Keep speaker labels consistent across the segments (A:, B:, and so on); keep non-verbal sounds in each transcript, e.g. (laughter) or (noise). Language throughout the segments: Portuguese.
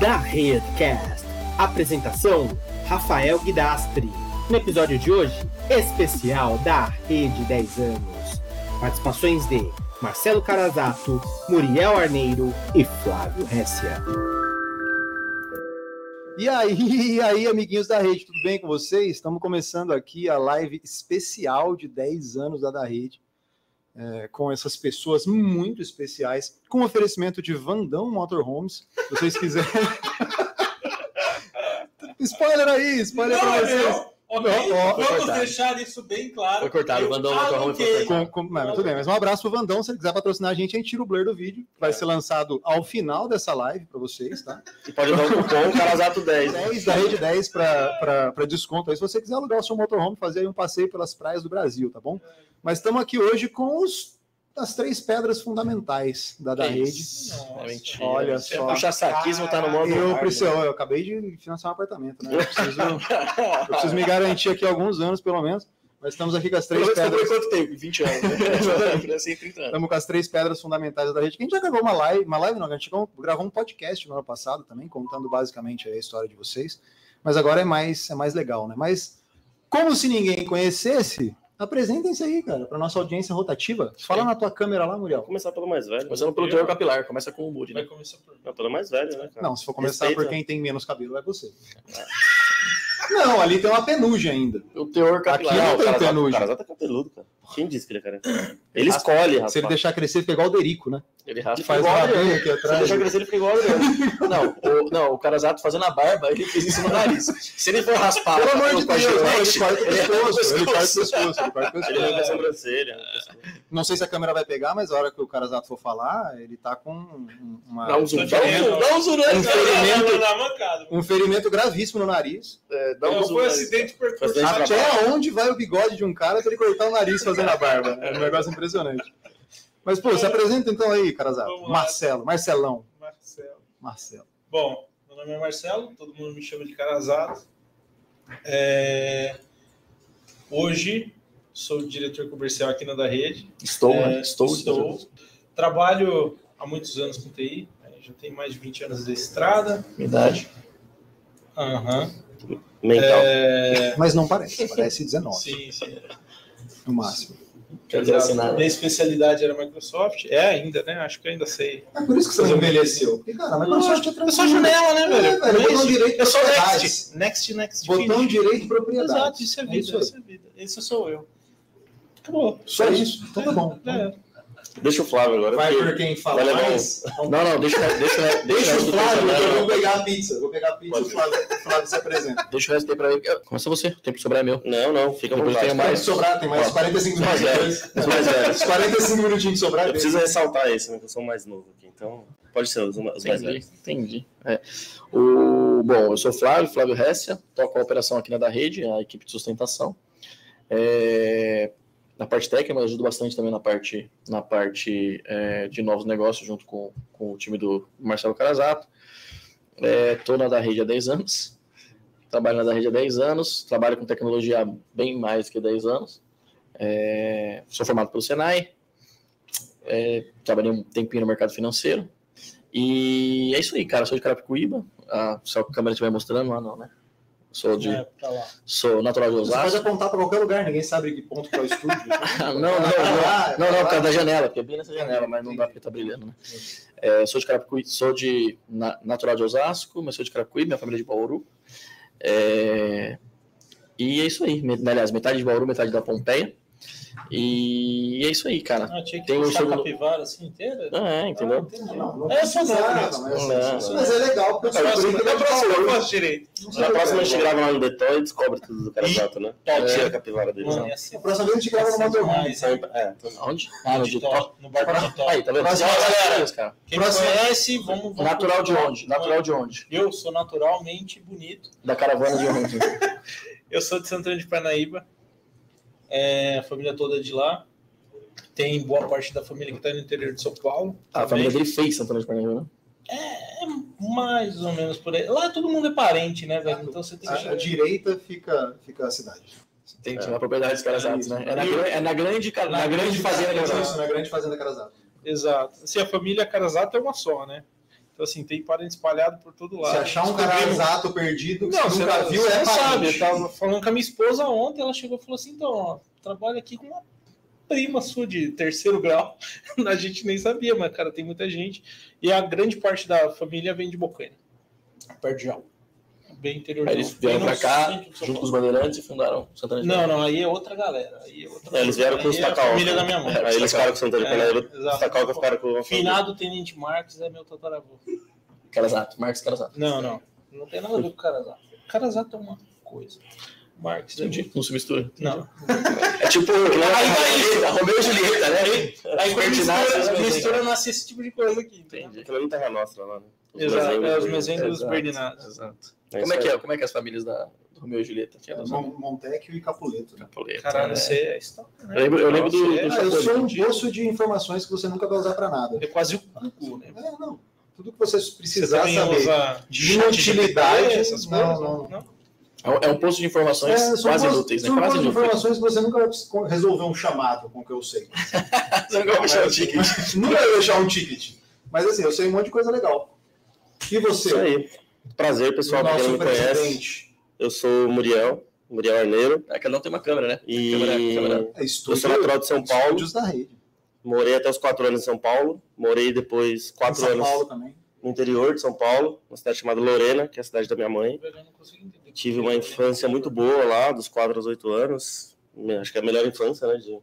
A: da Redcast. Apresentação: Rafael Guidastri. No episódio de hoje, especial da Rede 10 anos. Participações de Marcelo Carazato, Muriel Arneiro e Flávio Hessia.
B: E aí, (laughs) e aí, amiguinhos da rede, tudo bem com vocês? Estamos começando aqui a live especial de 10 anos da da rede, é, com essas pessoas muito especiais, com oferecimento de Vandão Motorhomes. Se vocês quiserem. (laughs) spoiler aí, spoiler
C: Não,
B: pra
C: é
B: vocês.
C: meu. Ok,
B: Ó, ó,
C: vamos
D: cortado.
C: deixar isso bem claro.
D: Foi cortado,
C: Eu
D: mandou o motorhome, foi
C: aluguei.
B: Com, com- mas, tudo bem, mas um abraço pro Vandão. Se ele quiser patrocinar a gente, a gente tira o blur do vídeo.
C: É.
B: Vai ser lançado ao final dessa live para vocês, tá?
D: E pode dar um cupom Carazato 10. né?
B: 10 da Rede 10 para desconto. Aí, se você quiser alugar o seu motorhome, fazer aí um passeio pelas praias do Brasil, tá bom? Mas estamos aqui hoje com os, as três pedras fundamentais da, da
D: Que
B: rede.
D: isso?
C: Nossa,
D: É mentira.
B: olha
D: Isso é
B: só.
D: Puxa-saquismo tá no modo.
B: Eu,
D: hard.
B: preciso, eu acabei de financiar um apartamento, né? Eu preciso, eu preciso me garantir aqui alguns anos, pelo menos. Mas estamos aqui com as três
D: Pelo menos
B: pedras.
D: comprei quanto tempo? 20 anos.
B: (laughs)
D: Né? Por assim, 30 anos.
B: Estamos com as três pedras fundamentais da rede. que A gente já gravou uma live, uma live não, a gente gravou- gravou um podcast no ano passado também, contando basicamente aí a história de vocês. Mas agora é mais, é mais legal, né? Mas como se ninguém conhecesse, apresentem-se aí, cara, para nossa audiência rotativa. Fala na tua câmera lá, Muriel.
E: começar pelo mais velho.
D: Começando pelo teor capilar, começa com o Moody,
C: Vai
D: né?
C: começar por mim.
E: Não, pelo mais velho, né, cara?
B: Não, se for começar
E: Respeita.
B: por quem tem menos cabelo, é você. Não, ali tem uma penugem ainda.
D: O teor capilar.
B: Aqui não
E: o
B: tem
E: Carazá-
B: penugem.
E: o Carazá tá cabeludo, cara. Quem disse que ele é careca? Ele escolhe, rapaz.
B: Se ele deixar crescer, fica igual o Derico, né?
D: Ele raspa
B: Que faz
D: igual o
B: uma
D: Adriano.
B: abelha aqui
D: Se
B: atrás.
D: deixar crescer, ele fica igual o
B: (laughs)
D: Adriano. Não, o, não, o Carazato fazendo a barba, ele fez isso no nariz. Se ele for raspar,
B: Pelo amor de
D: Ah, com a
B: Deus, não, ele
D: gilete,
B: corta o pescoço. Ele corta o
D: pescoço. é.
B: pescoço, ele corta o pescoço.
E: Ele arranca a sobrancelha. né?
B: Não sei se a câmera vai pegar, mas a hora que o Carazato for falar, ele tá com um- uma-
D: Dá um zoom, dá um zoom, dá um zoom,
B: Um
D: né?
B: ferimento.
C: Não, não, não, não, mancado.
B: um ferimento gravíssimo no nariz.
D: É, Dá um
C: Não,
D: zoom.
C: foi um
D: né?
C: acidente percurso.
D: Faz bem
B: Até onde vai o bigode de um cara pra ele cortar o nariz fazendo a barba? É um negócio impressionante. Mas, pô, se apresenta então aí, Carazato.
C: Vamos lá.
B: Marcelo, Marcelão.
C: Marcelo.
B: Marcelo.
C: Bom, meu nome é Marcelo, todo mundo me chama de Carazato. É, Hoje sou diretor comercial aqui na da rede.
D: Estou, né?
C: É,
D: Estou,
C: estou. Trabalho há muitos anos com TI, né? já tenho mais de 20 anos de estrada.
D: Verdade.
C: Aham.
E: Mental.
C: É,
B: Mas não parece, parece 19,
C: Sim, sim.
B: no máximo.
D: Quer dizer, assim,
C: Minha
D: nada.
C: especialidade era Microsoft. É ainda, né? Acho que eu ainda sei.
B: É por isso que você não envelheceu. Porque, cara, a Microsoft é
C: Eu sou
B: tranquilo.
C: janela, né, velho?
B: É, velho, botão direito
C: eu sou
B: propriedades.
C: next. Next, next.
B: Botão
C: finish.
B: direito e propriedade.
C: Exato, isso é
B: É
C: vida.
B: isso
C: isso,
B: aí.
C: é vida. Esse sou eu. Acabou.
B: Só isso. Então tá bom.
C: É.
E: Deixa o Flávio agora.
B: Vai
E: porque
B: por quem fala
E: vai levar
B: mais.
D: Não, não, deixa, deixa,
B: Deixa
D: deixa, o
B: o
D: resto do
B: Flávio,
D: personagem,
B: que eu
D: não.
B: vou pegar a pizza. Eu Vou pegar a pizza e o Flávio, o Flávio se apresenta.
D: Deixa o resto aí pra mim. Começa você, o tempo que sobrar é meu.
E: Não, não, fica à
D: Depois
E: vontade.
D: tem
B: Mas
D: mais.
B: sobrar, tem mais 45
E: Mas
B: minutinhos.
E: Os mais velhos.
B: Os 45 minutinhos de sobrar.
E: Eu preciso ressaltar esse, né? Que eu sou o mais novo aqui, então. Pode ser os, os mais
D: Entendi,
E: velhos.
D: entendi. É. O, bom, eu sou Flávio, Flávio Hessia, toco a operação aqui na da rede, a equipe de sustentação. É, na parte técnica, mas ajudo bastante também na parte, na parte é, de novos negócios, junto com, com o time do Marcelo Carazato. Estou na da rede há 10 anos, trabalho na da rede há 10 anos, trabalho com tecnologia há bem mais que 10 anos. É, sou formado pelo Senai, é, trabalhei um tempinho no mercado financeiro. E é isso aí, cara. Eu sou de Carapicuíba. Ah, só que a câmera estiver mostrando lá, não, né? Sou, de,
C: É, tá lá.
D: sou natural de
B: Você pode
D: Osasco.
B: apontar pra qualquer lugar, ninguém sabe que ponto que é o estúdio.
D: Ah, não, não, não, não, não, por causa da janela, porque é bem nessa janela, mas não dá porque tá brilhando, né? É, sou de Carapicuí, sou de na- natural de Osasco, mas sou de Carapicuí, minha família é de Bauru. É, e é isso aí. Me- Aliás, metade de Bauru, metade da Pompeia. E é isso aí, cara.
C: Ah, tinha que
D: Tem o
C: puxar a
D: segundo-
C: capivara assim inteira?
D: Ah, É, entendeu?
C: Ah, entendi.
B: Não, não
C: É, só
B: precisa,
C: não,
B: mas-
D: não,
B: mas,
D: não.
B: mas é legal, porque
C: Na próxima, assim, na próxima eu
B: Não
C: faço direito.
B: sei
E: Na
B: o que
E: próxima
B: é.
E: a gente grava lá no Detó e descobre tudo do Carazato, né?
C: É.
E: Tira a capivara dele.
C: Mano,
E: Não.
C: ia ser
B: Na próxima vez a gente grava no Motorhome.
C: demais, hein?
E: É, tô-
D: Onde? Ah, no
C: De
D: Ditó.
C: top, No bar de top.
D: Aí, tá vendo?
B: Próxima,
D: Olha,
C: galera.
D: olha, cara.
C: Quem
B: Próximo-
C: conhece, vamos, vamos.
D: Natural de onde? Natural de onde?
C: Eu sou naturalmente bonito.
D: Da caravana de (laughs) ontem.
C: Eu sou de Santana de Parnaíba. É, a família toda é de lá. Tem boa parte da família que está no interior de São Paulo.
D: A família dele fez Santana de Parnaíba, né?
C: É Mais ou menos por aí. Lá todo mundo é parente, né, velho? Então
D: Ah,
C: você tem
D: é
B: À à
C: que.
B: direita fica, fica a cidade.
D: Tem, tinha na propriedade dos caras atos, né? É na, gran- é na grande, ca- na
C: Na
D: grande fazenda né? que
B: É né?
C: grande fazenda.
D: eles
C: Assim,
B: Isso, na grande fazenda Carasado.
C: Exato. Se a família Carazato é uma só, né? Então, assim, tem parente espalhado por todo lado.
B: Se achar um
C: Descobrimos-
B: cara exato perdido, que
C: Não,
B: você
C: você
B: nunca viu, é
C: não sabe. Eu
B: parente.
C: tava falando com a minha esposa ontem, ela chegou e falou assim: então, ó, trabalho aqui com uma prima sua de terceiro grau. (laughs) A gente nem sabia, mas, cara, tem muita gente. E a grande parte da família vem de Bocaina, perto de Jaú. Bem interior
D: Aí
C: de
D: eles
C: Jaú,
D: vieram
C: bem
D: pra
C: no
D: cá,
C: centro de São
D: junto com os
C: Paulo.
D: bandeirantes, e fundaram Santana de
C: Não,
D: Parnaíba.
C: não, aí é outra galera. Aí é outra
D: É, eles vieram com os
C: aí é a
D: Tacauca.
C: família da minha mãe.
D: É,
E: Aí eles ficaram com Santana de
C: É,
E: Parnaíba,
C: exato.
E: os Tacauca ficaram com o
C: Finado Tenente Marques é meu tataravô.
D: Carazato, Marcos Carazato.
C: Não, não. Não tem nada a ver com o Carazato. Carazato é uma coisa. Marques é muito...
D: Entendi. Não se mistura.
C: Não.
D: É tipo.
C: Aí vai
D: Julieta, Romeu e Julieta, né?
C: Aí quando
D: Ferdinando,
C: mistura,
D: né?
C: mistura nasce esse tipo de coisa aqui. entendeu?
D: Entendi.
E: Aquilo ali terra nossa lá, né?
C: Exato, é, os
E: meus
C: mesendos
D: Exato,
C: berdinados.
D: Exato. Como é que é? Como é que é as famílias da do Romeu e Julieta? Que é das
B: Mon- Montecchio e Capuleto. né?
D: Capuleta,
C: Caralho,
D: né?
C: você é stalker, né?
D: Eu lembro, eu lembro do,
E: é,
C: Ah,
D: do
B: Ah, eu
D: Chapolin.
B: sou um poço de informações que você nunca vai usar pra nada.
C: É quase o Google, né?
B: É, não. Tudo que você
C: Você
B: precisar
C: também
B: saber.
C: usa
B: de
C: chat GPT,
B: utilidade,
C: essas
B: não,
C: coisas?
B: não.
D: É um- É um posto de informações
C: É,
B: são
D: quase
B: coisas-
D: inúteis, né?
B: são
C: um
D: Quase
B: coisas de
D: inúteis.
B: informações que você nunca vai precis- resolver um chamado, com o que eu sei.
E: um
D: é
B: (laughs) nunca vai deixar um ticket. Mas assim, eu sei um monte de coisa legal. E você,
E: Isso aí. Prazer, pessoal, pra quem não
B: nosso
E: me conhece.
B: presidente?
E: Eu sou o Muriel, Muriel Arneiro.
D: É, cada um tem uma câmera, né?
E: E
D: Câmera- câmera.
B: É
E: eu
B: estúdio,
E: sou natural de São Paulo.
B: estúdios da rede.
E: Morei até os quatro anos em São Paulo. Morei depois quatro
B: São
E: anos
B: Paulo também.
E: no interior de São Paulo, uma cidade chamada Lorena, que é a cidade da minha mãe.
C: Velho, eu não consigo entender.
E: Tive uma infância muito boa lá, dos 4 aos 8 anos. Acho que é a melhor infância, né? De...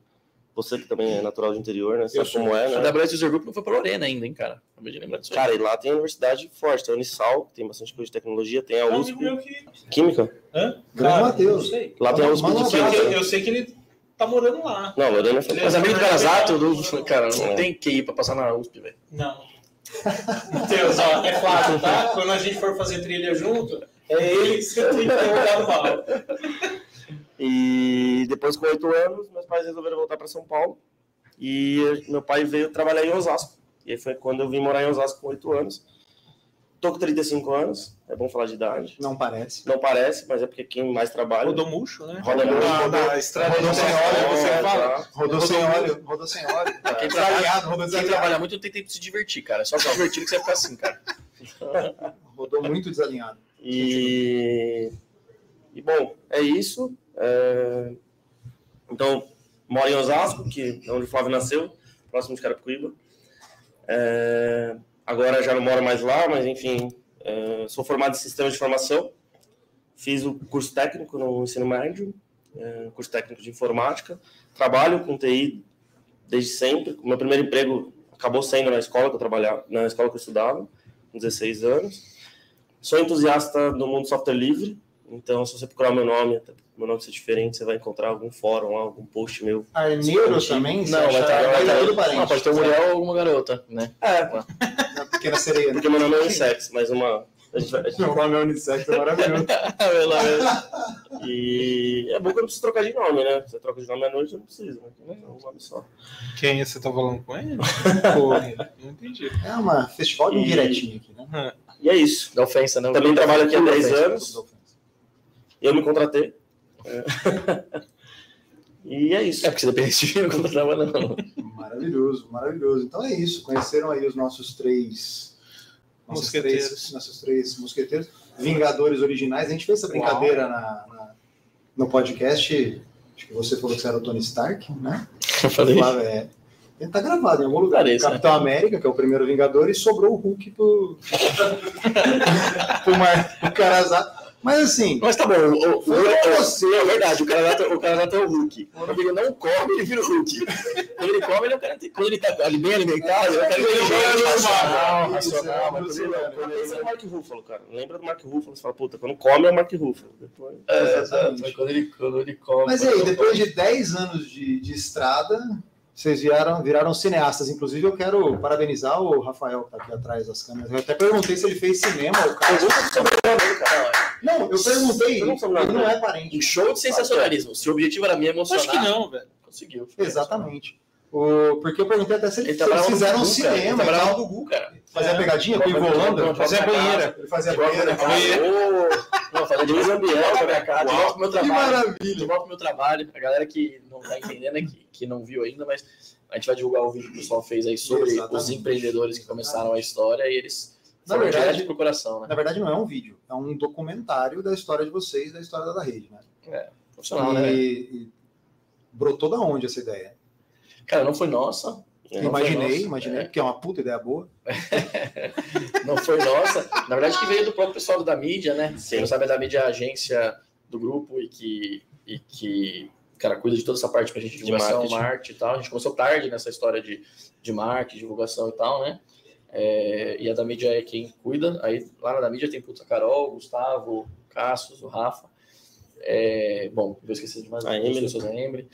E: Você que também é natural de interior, né?
B: Eu
E: Sabe
B: sou.
E: como é,
D: A
E: né?
D: AWS User Group não foi pra Lorena ainda, hein, cara? Acabei de lembrar disso aí.
E: Cara, e lá tem a universidade forte, tem a Unisal, que tem bastante coisa de tecnologia, tem a
B: Tá
C: Um amigo
E: USP.
C: meu que...
E: Química?
C: Hã?
B: Grande
C: Cara,
B: Mateus.
C: Não sei.
E: Lá tem a USP
B: Manda um
E: de
C: Eu sei que-
E: Química.
C: Eu sei que ele tá morando lá.
E: Não, Lorena é
D: Mas
E: fantástica.
D: amigo do Carazato, do... cara, não tem que ir pra passar na USP, velho.
C: Não. Mateus, ó, é claro, tá? Quando a gente for fazer trilha junto, é ele que você tem que olhar no mal.
E: E depois, com oito anos, meus pais resolveram voltar para São Paulo. E meu pai veio trabalhar em Osasco. E aí foi quando eu vim morar em Osasco com oito anos. Tô com 35 anos, é bom falar de idade.
B: Não parece.
E: Não parece, mas é porque quem mais trabalha.
C: Rodou murcho, né?
E: Roda muito,
B: Ah,
E: rodou-
B: na estrada
E: rodou
B: de
E: sem
B: São Paulo,
E: hora,
B: você
E: tá?
B: fala. Rodou sem óleo, rodou sem óleo.
D: Quem
B: Desaliado, rodou
D: Quem
B: desaliado.
D: trabalha muito não tem tempo de se divertir, cara. É só se divertir que você vai ficar assim, (laughs) cara.
B: Rodou muito desalinhado.
E: E, e bom, é isso. É, Então, moro em Osasco, que é onde o Flávio nasceu, próximo de Carapicuíba. É, Agora já não moro mais lá, mas enfim, é, sou formado em sistema de formação. Fiz o curso técnico no ensino médio, é, curso técnico de informática. Trabalho com TI desde sempre. O meu primeiro emprego acabou sendo na escola que eu trabalhava, na escola que eu estudava, com 16 anos. Sou entusiasta do mundo software livre, então se você procurar meu nome, até meu nome ser diferente, você vai encontrar algum fórum lá, algum post meu.
B: Arneiro também?
E: Não, vai tá- vai
B: vai
E: tá-
B: tudo
D: Ah,
B: parente.
D: pode ter um Muriel ou alguma garota, (laughs) né?
E: É,
B: Na pequena sereia. né? (laughs)
E: porque meu nome é unissex, mas uma... A gente vai, a gente-
B: Meu nome é Unissex, é maravilhoso.
E: E é bom que eu não preciso trocar de nome, né? Você troca de nome à noite, eu não preciso, né? É um nome só.
C: Quem você tá falando com ele? Pô, não entendi.
B: É uma festival de
E: E-
B: indiretinho aqui, né?
E: E é isso.
D: Dá ofensa, não.
E: Também trabalho aqui há
D: Dá
E: 10
D: ofensa.
E: anos. Eu me contratei. É. (laughs) E é isso.
D: É porque você dependesse de mim, eu não contratava, não.
B: Maravilhoso, maravilhoso. Então é isso. Conheceram aí os nossos três. Nossos
C: Mosqueteiros.
B: três, nossos três mosqueteiros. Vingadores originais. A gente fez essa brincadeira na, na- no podcast. Acho que você falou que você era o Tony Stark, né?
D: (laughs) Eu falei.
B: Lá, é. Ele tá gravado em algum lugar.
D: Tá Parece,
B: Capitão América, que é o primeiro Vingador, e sobrou o Hulk pro. (laughs) pro Mar... pro Carazato. Mas assim.
D: Mas tá bom, o, o,
B: Não
D: o-
B: é
D: é é verdade, o Carazato, o Carazato é o Hulk. Quando ele não come, ele vira o Hulk. Quando ele come, ele é o cara. Quando ele tá ali bem alimentado, ele é o cara que
B: Ele é
D: ele
B: o
D: racional,
B: Bruce Banner.
D: racional, mas
B: Bruce
D: né? ele
B: Banner.
E: Esse é o Mark Ruffalo, cara. Lembra do Mark Ruffalo? Você fala, puta, quando come é o Mark Ruffalo. Depois...
B: exatamente.
D: Quando ele, quando ele come.
B: Mas e aí, depois de 10 anos de, de estrada, vocês vieram, viraram cineastas. Inclusive, eu quero parabenizar o Rafael, que tá aqui atrás das câmeras. Eu até perguntei se ele fez cinema, o caso. Não, eu perguntei,
E: Eu não sou
B: ele não
E: nada.
B: é parente.
D: Um show de sensacionalismo. Se o objetivo era me emocionar.
C: Acho que não, velho.
D: Conseguiu. Foi
B: Exatamente. O, porque eu perguntei até se ele-
D: É né?
B: tá
D: Ele
B: se eles
D: trabalhava no
B: fizeram cinema. então.
D: Gugu, cara. Ele
B: Ele
D: trabalhava no Gugu, É. cara.
B: fazia pegadinha com o Ivo Holanda.
D: Fazia banheira.
B: Ele fazia
D: é.
B: banheira.
D: Não, fazia de Zambiel pra minha casa, de volta pro meu
B: Que
D: trabalho.
B: maravilha.
D: De volta pro meu trabalho. A galera que não tá entendendo, né, que, que não viu ainda, mas a gente vai divulgar o vídeo que o pessoal fez aí sobre
B: Exatamente.
D: os empreendedores que começaram a história e eles
B: Na
D: Forma
B: verdade-
D: direta pro coração, né?
B: Na verdade, não é um vídeo, é um documentário da história de vocês, da história da rede, né?
D: Profissional,
B: e,
D: né? velho?
B: e brotou da onde essa ideia?
D: Cara, não foi nossa.
E: É,
D: não foi
B: imaginei,
D: nossa,
B: imaginei,
D: é.
B: porque é uma puta ideia boa.
D: Não foi nossa. Na verdade, que veio do próprio pessoal da mídia, né?
E: Sim.
D: Quem não sabe é da mídia é a agência do grupo e que, e que cara, cuida de toda essa parte pra gente
E: De
D: divulgação, marketing.
E: marketing.
D: e tal. A gente começou tarde nessa história de, de marketing, divulgação e tal, né? É, e a da mídia é quem cuida. Aí lá na da mídia tem puta Carol, Gustavo, Cassius, o Rafa. É, bom, eu esqueci de mais
E: A
D: algumas
E: Emily.
D: pessoas, a Emily.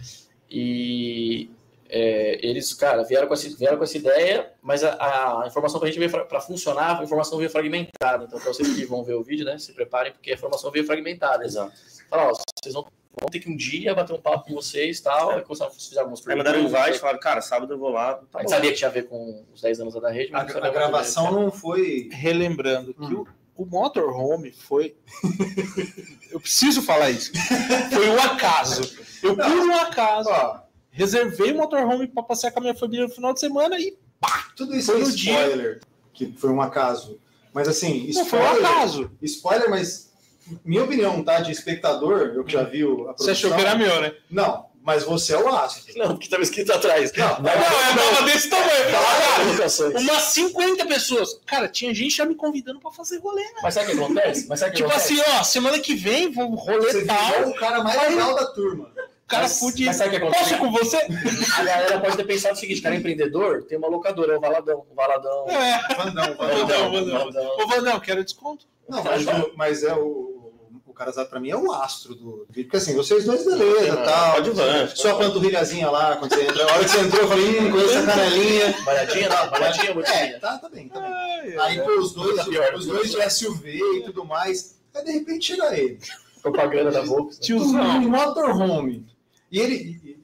D: E é, eles, cara, vieram com, essa, vieram com essa ideia, mas a, a informação pra gente veio para funcionar, a informação veio fragmentada. Então, pra vocês que vão ver o vídeo, né, se preparem, porque a informação veio fragmentada.
E: Exato.
D: Fala, ó, vocês vão, vão ter que um dia bater um papo com vocês e tal. Aí começaram a fazer algumas
E: É. Aí
D: perguntas. tá
E: mandaram um invite, falaram, cara, sábado eu vou lá.
D: A
E: Tá
D: gente
E: bom.
D: sabia que tinha a ver com os 10 anos da rede,
B: A,
D: mas não sabia
B: a
D: mais ou
B: gravação
D: menos,
B: não foi.
C: Relembrando que
B: Hum.
C: o, o motorhome foi. (laughs) Eu preciso falar isso. Foi um acaso. Eu por um acaso.
B: Ó,
C: Reservei o motorhome pra passear com a minha família no final de semana e
B: tudo isso é
C: Foi no dia.
B: spoiler, que foi um acaso. Mas assim,
C: não foi um
B: spoiler,
C: acaso.
B: spoiler, mas minha opinião, tá? De espectador, eu que já vi o- a produção.
C: Você achou que era meu, né?
B: Não, mas você é o astro.
D: cara. Não, porque tava escrito atrás.
B: Não,
C: Não, é eu tava desse tamanho.
D: Falaram
C: Cara,
D: colocações.
C: umas 50 pessoas. Cara, tinha gente já me convidando pra fazer rolê. né?
D: Mas sabe o que acontece? Mas sabe o que
C: Tipo
D: acontece?
C: assim, ó, semana que vem vou rolê
B: você
C: tal.
B: virou o cara mais legal da turma.
C: O cara
D: Mas-
C: fude.
D: mas sabe o que acontece?
C: Posso ir com você?
D: A galera pode ter pensado o seguinte: cara, é empreendedor, tem uma locadora, é o Valadão. O Valadão.
C: É.
B: Vandão,
C: Vandão,
B: Vandão.
C: Vandão. Ô, Vandão, quero desconto.
B: Não, mas, o- mas é o, o Carazado pra mim é o astro do vídeo. Porque assim, vocês dois, beleza, tal.
E: Adjuvante.
B: Sua panturrilhazinha lá, quando você entra. A hora que você entrou, eu falei, hum, conheço a canelinha.
D: Malhadinha, não, malhadinha,
B: É,
D: bonitinha.
B: tá, tá bem, tá bem. Aí pô, os dois,
D: Tá pior.
B: os dois de SUV e tudo mais. Aí de repente chega ele.
D: Propaganda da Volks.
C: Tiozão.
B: Um motorhome. E ele. e- e-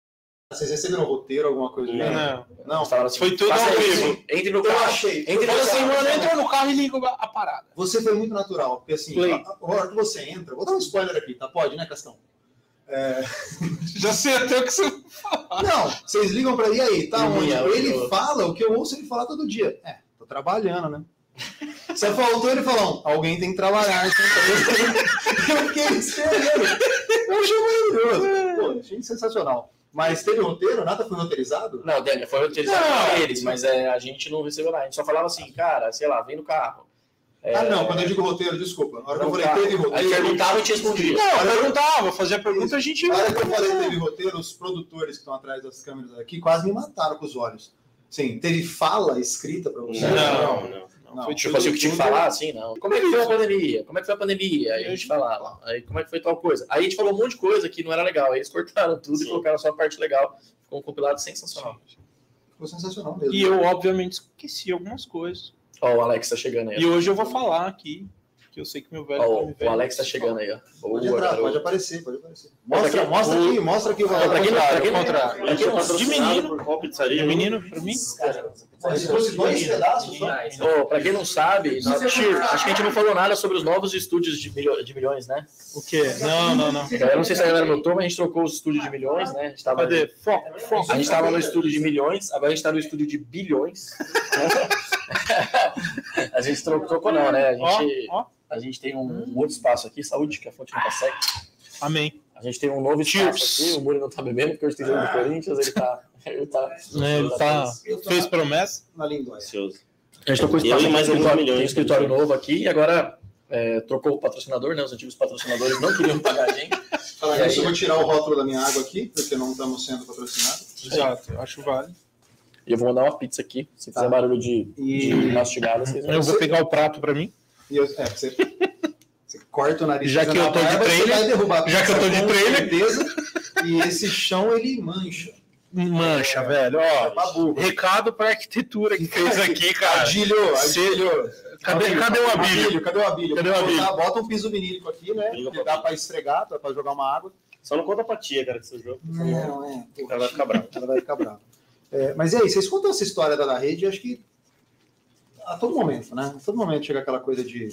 B: Vocês receberam o roteiro, alguma coisa do
E: Não.
B: gênero?
C: Não.
B: Não.
D: Falaram assim,
C: Foi tudo
D: "Faça
C: ao
D: isso,
C: vivo.
D: Entre no
B: Eu
D: carro.
B: achei.
D: Entre
C: Fala
D: no
C: assim,
D: carro.
C: mano, entra no carro e liga a parada.
B: Você foi muito natural, porque assim,
C: Play.
B: a, a hora que você entra, vou dar um spoiler aqui, tá? Pode, né, Castão?
C: Já sei até o que você.
B: Não, vocês ligam pra ele, Ah. e aí, tá
D: Não,
B: onde?
D: não,
B: ele
D: não.
B: fala o que eu ouço ele falar todo dia. É, tô trabalhando, (laughs) né? Você faltou ele falando, alguém tem que trabalhar. (laughs) então eu fiquei esperando. Eu achei maravilhoso. Pô, achei sensacional. Mas teve um roteiro? Nada foi roteirizado?
D: Não, Daniel, foi utilizado
C: Não.
D: por eles, mas é, a gente não recebeu nada. A gente só falava assim, cara, sei lá, vem no carro. É,
B: Ah, não, quando eu digo roteiro, desculpa. A hora que eu
D: Não,
B: falei
D: tá.
B: teve
D: Aí
B: roteiro.
D: perguntava e te respondia.
C: Não, eu perguntava, fazia pergunta, a gente.
B: A hora que eu falei teve roteiro, os produtores que estão atrás das câmeras aqui quase me mataram com os olhos. Sim, teve fala escrita pra você?
E: Não, não, não.
B: Não,
C: Foi
D: Tipo assim, o que tinha que falar, assim, não. Como é que foi a pandemia? Como é que foi a pandemia? Aí a gente falava. Aí como é que foi tal coisa? Aí a gente falou um monte de coisa que não era legal. Aí eles cortaram tudo e
E: Sim.
D: colocaram só a parte legal. Ficou um compilado sensacional.
B: Ficou sensacional mesmo.
C: E eu, obviamente, esqueci algumas coisas.
D: Ó, o Alex tá chegando aí.
C: E hoje eu vou falar aqui, que eu sei que meu velho.
D: Ó,
C: tá me
D: o
C: vendo.
D: Alex tá chegando aí, ó.
B: Pode
D: Boa,
B: entrar, pode
D: garoto.
B: aparecer, pode aparecer. Mostra,
D: aqui,
B: mostra
D: o-
B: aqui, mostra aqui.
D: Não, pra quem não, pra quem tá. não,
C: Contrário.
D: pra quem não
E: De
C: menino.
E: menino. Por qual pizzaria?
C: É menino pra mim?
B: Mas trouxe dois né? pedaços, só?
D: Ô, pra quem não sabe, nós- Shir, acho que a gente não falou nada sobre os novos estúdios de, milho- de milhões, né?
C: O quê? Não, não, não.
D: Eu não sei se a galera notou, mas a gente trocou os estúdios de milhões, né? A gente tava,
C: Cadê? Foco, foco.
D: a gente tava no estúdio de milhões, agora a gente tá no estúdio de bilhões. né? a gente trocou, trocou não, né? A
C: Ó,
D: gente,
C: ó.
D: a gente tem um, um outro espaço aqui, saúde, que a fonte não tá seca.
C: Amém.
D: A gente tem um novo
C: Cheers.
D: espaço aqui, o Muri não tá bebendo, porque hoje tem jogo do Corinthians, ele tá... Ele tá...
C: Ele tá. Fez promessa?
B: Na linguagem.
D: A gente trocou
E: Eu e mais
D: tem
E: alguns
D: escritório-
E: milhões.
D: Tem escritório novo aqui e agora é, trocou o patrocinador, né? Os antigos patrocinadores não queriam pagar a gente.
B: Fala,
D: E aí?
B: gente, eu vou tirar o rótulo da minha água aqui, porque não estamos sendo patrocinados.
C: Exato, eu acho válido.
D: E eu vou mandar uma pizza aqui. Se fizer barulho de, de
B: E,
D: mastigada, vocês
C: Eu vou pegar o prato pra mim.
B: e eu, é,
C: (laughs)
B: você, você corta o nariz.
C: Já
B: você
C: que eu tô
B: vai-
C: de
B: você
C: trailer,
B: vai derrubar a
C: já que eu tô de
B: pizza com
C: trailer.
B: certeza, e esse chão, ele mancha.
C: Mancha, velho. Ó,
B: É pra burro.
C: recado pra arquitetura que fez aqui, cara.
B: Adilho, adilho.
C: Cadê, cadê o abilho?
B: Cadê o abilho?
C: Cadê o
B: Vou botar-
C: abilho?
B: Bota um piso vinílico aqui, né?
E: Liga
B: Que
E: pra
B: dá pra esfregar, dá pra jogar uma água.
E: Só não conta pra tia, cara, que você jogou.
B: Não, é.
E: Ela vai ficar brava.
B: Ela vai ficar brava. É, mas e aí, vocês contam essa história da, da rede, acho que a todo momento, né? A todo momento chega aquela coisa de.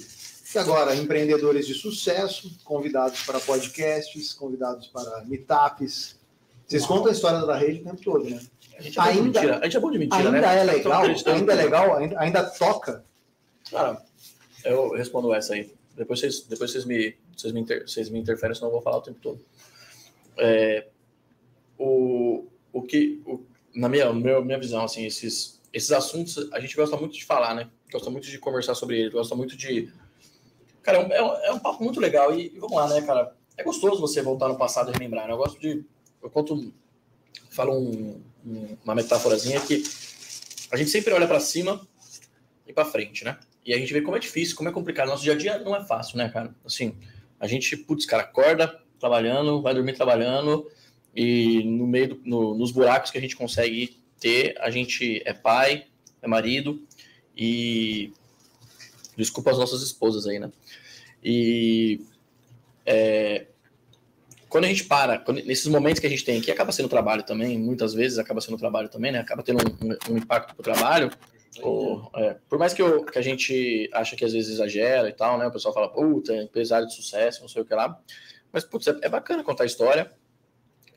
B: E agora, empreendedores de sucesso, convidados para podcasts, convidados para meetups. Vocês contam a história da rede o tempo todo, né?
D: A gente é bom de
B: Ainda-
D: mentira. A gente é bom de mentira,
B: Ainda
D: né?
B: é
D: Vocês não estão
B: legal,
D: acreditando.
B: ainda é legal, ainda, ainda toca.
D: Cara, Eu respondo essa aí. Depois vocês, depois vocês, me, vocês, me, inter, vocês me interferem, senão eu vou falar o tempo todo. É, o, o que, o, na minha, meu- minha visão, assim, esses, esses assuntos a gente gosta muito de falar, né? Gosta muito de conversar sobre ele, gosta muito de. Cara, é um, é um, é um papo muito legal e, e vamos lá, né, cara? É gostoso você voltar no passado e relembrar, né? Eu gosto de. Eu conto. Falo um- um- uma metáforazinha que a gente sempre olha pra cima e pra frente, né? E a gente vê como é difícil, como é complicado. Nosso dia a dia não é fácil, né, cara? Assim, a gente, putz, cara, acorda trabalhando, vai dormir trabalhando, e no meio, do- no- nos buracos que a gente consegue ter, a gente é pai, é marido, e. Desculpa as nossas esposas aí, né? E. é, quando a gente para, quando- nesses momentos que a gente tem, que acaba sendo trabalho também, muitas vezes acaba sendo trabalho também, né? Acaba tendo um, um- um impacto pro trabalho. Ou, é, por mais que, eu- que a gente acha que às vezes exagera e tal, né? O pessoal fala, puta, empresário de sucesso, não sei o que lá. Mas, putz, é, é bacana contar a história.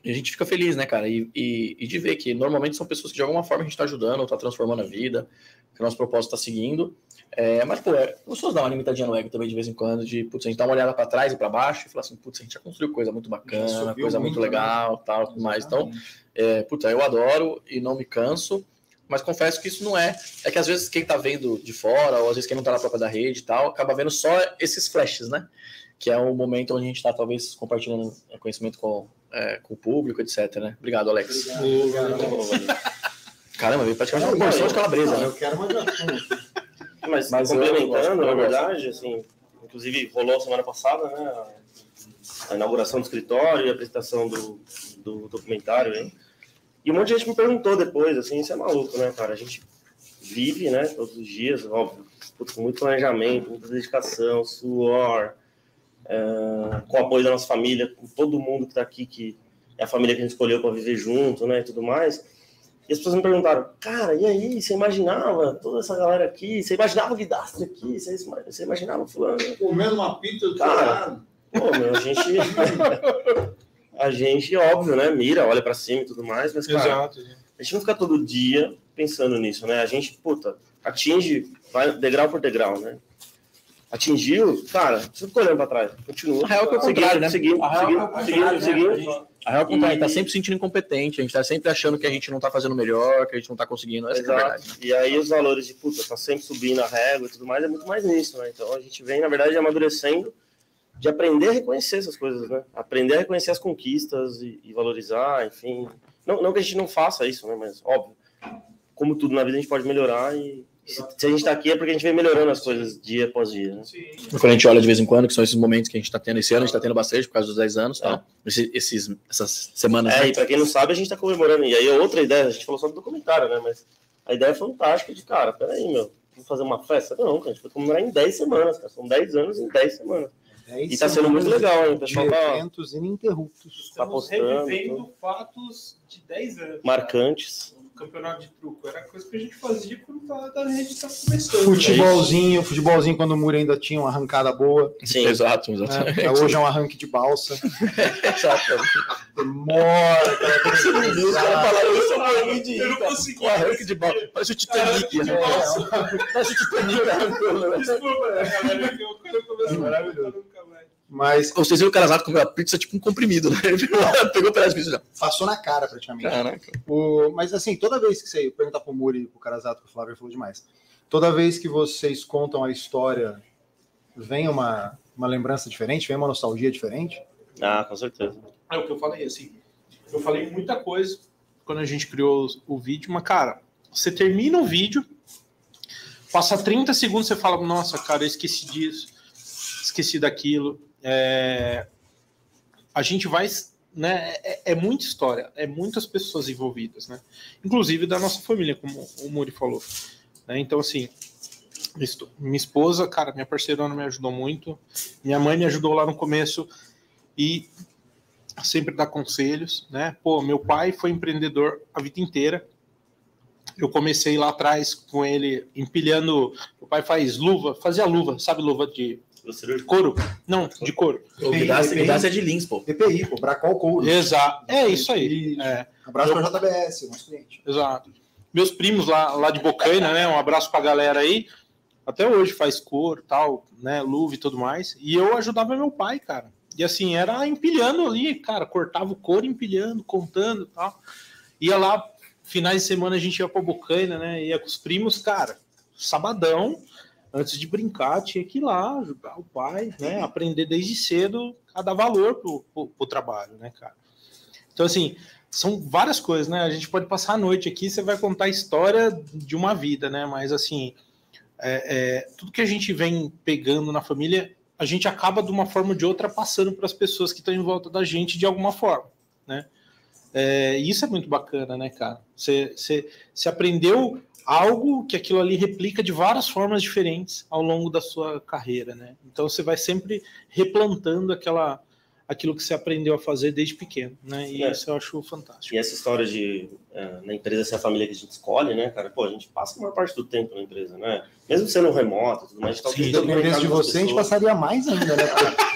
D: E a gente fica feliz, né, cara? E, e- e de ver que normalmente são pessoas que de alguma forma a gente tá ajudando, ou tá transformando a vida, que o nosso propósito tá seguindo. É, mas, pô, é gostoso dar uma limitadinha no ego também de vez em quando, de, putz, a gente dá uma olhada para trás e para baixo e fala assim, putz, a gente já construiu coisa muito
B: Já
D: bacana,
B: subiu
D: coisa muito,
B: muito, né?
D: legal, tal, tudo mais. Então,
B: Ah,
D: é, puta, eu adoro e não me canso, mas confesso que isso não é. É que às vezes quem tá vendo de fora, ou às vezes quem não tá na própria da rede e tal, acaba vendo só esses flashes, né? Que é o momento onde a gente tá, talvez, compartilhando conhecimento com, é, com o público, etc, né? Obrigado, Alex. Caramba, veio praticamente uma porção de calabresa,
B: Não,
D: né?
B: eu quero um. uma gratuita.
E: Mas,
D: Mas eu gosto, eu
E: complementando, na
D: gosto.
E: verdade, assim, inclusive rolou semana passada, né? a- A inauguração do escritório e a apresentação do, do documentário, hein? E um monte de gente me perguntou depois, assim, isso é maluco, né, cara? A gente vive, né, todos os dias, óbvio, putz, com muito planejamento, muita dedicação, suor, é, com o apoio da nossa família, com todo mundo que tá aqui, que é a família que a gente escolheu para viver junto, né, e tudo mais. E as pessoas me perguntaram, cara, e aí, você imaginava toda essa galera aqui? Você imaginava o Guidastro aqui? Você, ima- você imaginava o fulano?
B: Comendo uma pizza do
E: Cara.
B: lado.
E: Pô, meu, a gente... (laughs) a gente, óbvio, né, mira, olha pra cima e tudo mais, mas, cara,
C: (laughs) Exato.
E: a gente não fica todo dia pensando nisso, né? A gente, puta, atinge, vai degrau por degrau, né? Atingiu, cara, você fica olhando pra trás, continua.
D: A real é que é o contrário, né?
E: Seguindo,
D: A real é o
E: seguindo, seguindo,
D: contrário,
E: seguindo,
D: né? A real é o contrário, a gente tá
E: E-
D: sempre se sentindo incompetente, a gente tá sempre achando que a gente não tá fazendo melhor, que a gente não tá conseguindo. Essa que é a verdade.
E: Exato. E aí os valores de puta, tá sempre subindo a régua e tudo mais, é muito mais nisso, né? Então a gente vem, na verdade, amadurecendo de aprender a reconhecer essas coisas, né? Aprender a reconhecer as conquistas e, e valorizar, enfim. Não, não que a gente não faça isso, né? Mas óbvio, como tudo na vida a gente pode melhorar e se, se a gente tá aqui é porque a gente vem melhorando as coisas dia após dia, né?
C: Sim.
D: quando a gente olha de vez em quando, que são esses momentos que a gente tá tendo esse ano, a gente tá tendo bastante por causa dos 10 anos, tal. Esse- esses, essas semanas.
E: É,
D: né?
E: e pra quem não sabe, a gente tá comemorando. E aí, outra ideia, a gente falou só do documentário, né? Mas a ideia é fantástica de, cara, peraí, meu, vamos fazer uma festa? Não, cara, a gente vai comemorar em 10 semanas, cara. São 10 anos em 10 semanas. E tá sendo muito legal, hein?
B: É
E: O
B: De
E: pessoal tá
B: eventos ininterruptos.
E: Estamos
C: Estamos
E: apostando,
C: revivendo fatos de 10 anos.
E: marcantes.
C: O campeonato de truco era coisa que a gente fazia quando a rede estava começando.
B: Futebolzinho, futebolzinho quando o muro ainda tinha uma arrancada boa.
D: (laughs)
E: Sim.
D: Exato, exato.
B: né? Hoje é um arranque de balsa.
D: (laughs) Exato.
B: Demora, cara. tem que
D: Os caras
B: pensar.
D: falaram isso, eu
C: Eu não consegui.
D: Com arranque de bola. Parece o Titanic. né? Parece o Titanic. né?
C: Desculpa, né, galera? que O cara começou a
B: Maravilhoso.
C: cantar nunca mais.
B: Mas
D: né? Vocês viram o Carasato comer uma pizza tipo um comprimido, né? (laughs) Ele Pegou o pedaço de pizza.
B: passou na cara praticamente.
D: Caraca.
B: O- mas assim, toda vez que você perguntar pro Muri e pro Carazato, que o Flávio falou demais, toda vez que vocês contam a história, vem uma, uma lembrança diferente, vem uma nostalgia diferente?
E: Ah, com certeza.
C: É o que eu falei, assim. Eu falei muita coisa quando a gente criou os- o vídeo, mas, cara, você termina o vídeo, passa 30 segundos, você fala, nossa, cara, eu esqueci disso, esqueci daquilo. É, A gente vai. Né, é, é muita história, é muitas pessoas envolvidas, né? Inclusive da nossa família, como o Muri falou. né? Então, assim, isto- minha esposa, cara, minha parceirona me ajudou muito, minha mãe me ajudou lá no começo. E sempre dá conselhos, né? Pô, meu pai foi empreendedor a vida inteira. Eu comecei lá atrás com ele empilhando. Meu pai faz luva, fazia luva, sabe luva de
E: O cirúrgico.
C: couro? Não, de couro.
D: O Guidassi Guidassi é de Lins, pô.
B: PPI, pô, Bracol Couro.
C: Exato. É isso aí. É.
B: Abraço pra JBS, nosso cliente.
C: Exato. Meus primos lá, lá de Bocaina, né? Um abraço pra galera aí. Até hoje faz couro, tal, né, luva e tudo mais. E eu ajudava meu pai, cara. E assim, era empilhando ali, cara, cortava o couro, empilhando, contando e tal. Ia lá, finais de semana a gente ia pra Bocaina, né? Ia com os primos, cara, sabadão, antes de brincar, tinha que ir lá ajudar o pai, né? Aprender desde cedo a dar valor pro, pro, pro trabalho, né, cara? Então, assim, são várias coisas, né? A gente pode passar a noite aqui, você vai contar a história de uma vida, né? Mas, assim, é, é, tudo que a gente vem pegando na família, a gente acaba, de uma forma ou de outra, passando para as pessoas que estão em volta da gente de alguma forma, né? É, isso é muito bacana, né, cara? Você, você, você aprendeu algo que aquilo ali replica de várias formas diferentes ao longo da sua carreira, né? Então você vai sempre replantando aquela aquilo que você aprendeu a fazer desde pequeno, né? E
E: É.
C: isso eu acho fantástico.
E: E essa história de eh, na empresa ser a família que a gente escolhe, né, cara? Pô, a gente passa a maior parte do tempo na empresa, né? Mesmo sendo remoto, e tudo mais, a gente tá o
B: Se
E: tempo todo
B: dependesse
E: conectado
B: de
E: com as
B: você, a gente
E: pessoas.
B: passaria mais ainda, né? Porque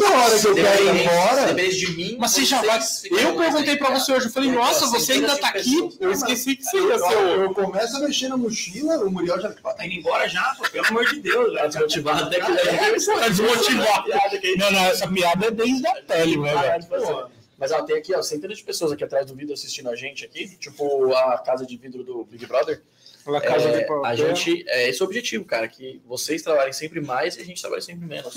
B: Toda hora que eu quero ir embora.
D: de mim,
C: Mas você já vai. Eu
D: né?
C: perguntei pra você hoje, eu falei, nossa, você ainda tá aqui? Eu esqueci que você ia ser o.
B: Eu começo a mexer na mochila, o Muriel já.
D: Tá indo embora já, pô, pelo amor de Deus. é Já desmotivado até que
E: Tá desmotivado.
D: Não, não, essa piada é desde a pele,
E: Caralho,
D: velho. tipo assim, Mas ó, tem aqui, ó, centenas de pessoas aqui atrás do vidro assistindo a gente aqui, tipo a casa de vidro do Big Brother.
C: La
D: É,
C: Casa de
D: a
C: Papel.
D: gente, é esse é o objetivo, cara, que vocês trabalhem sempre mais e a gente trabalhe sempre menos.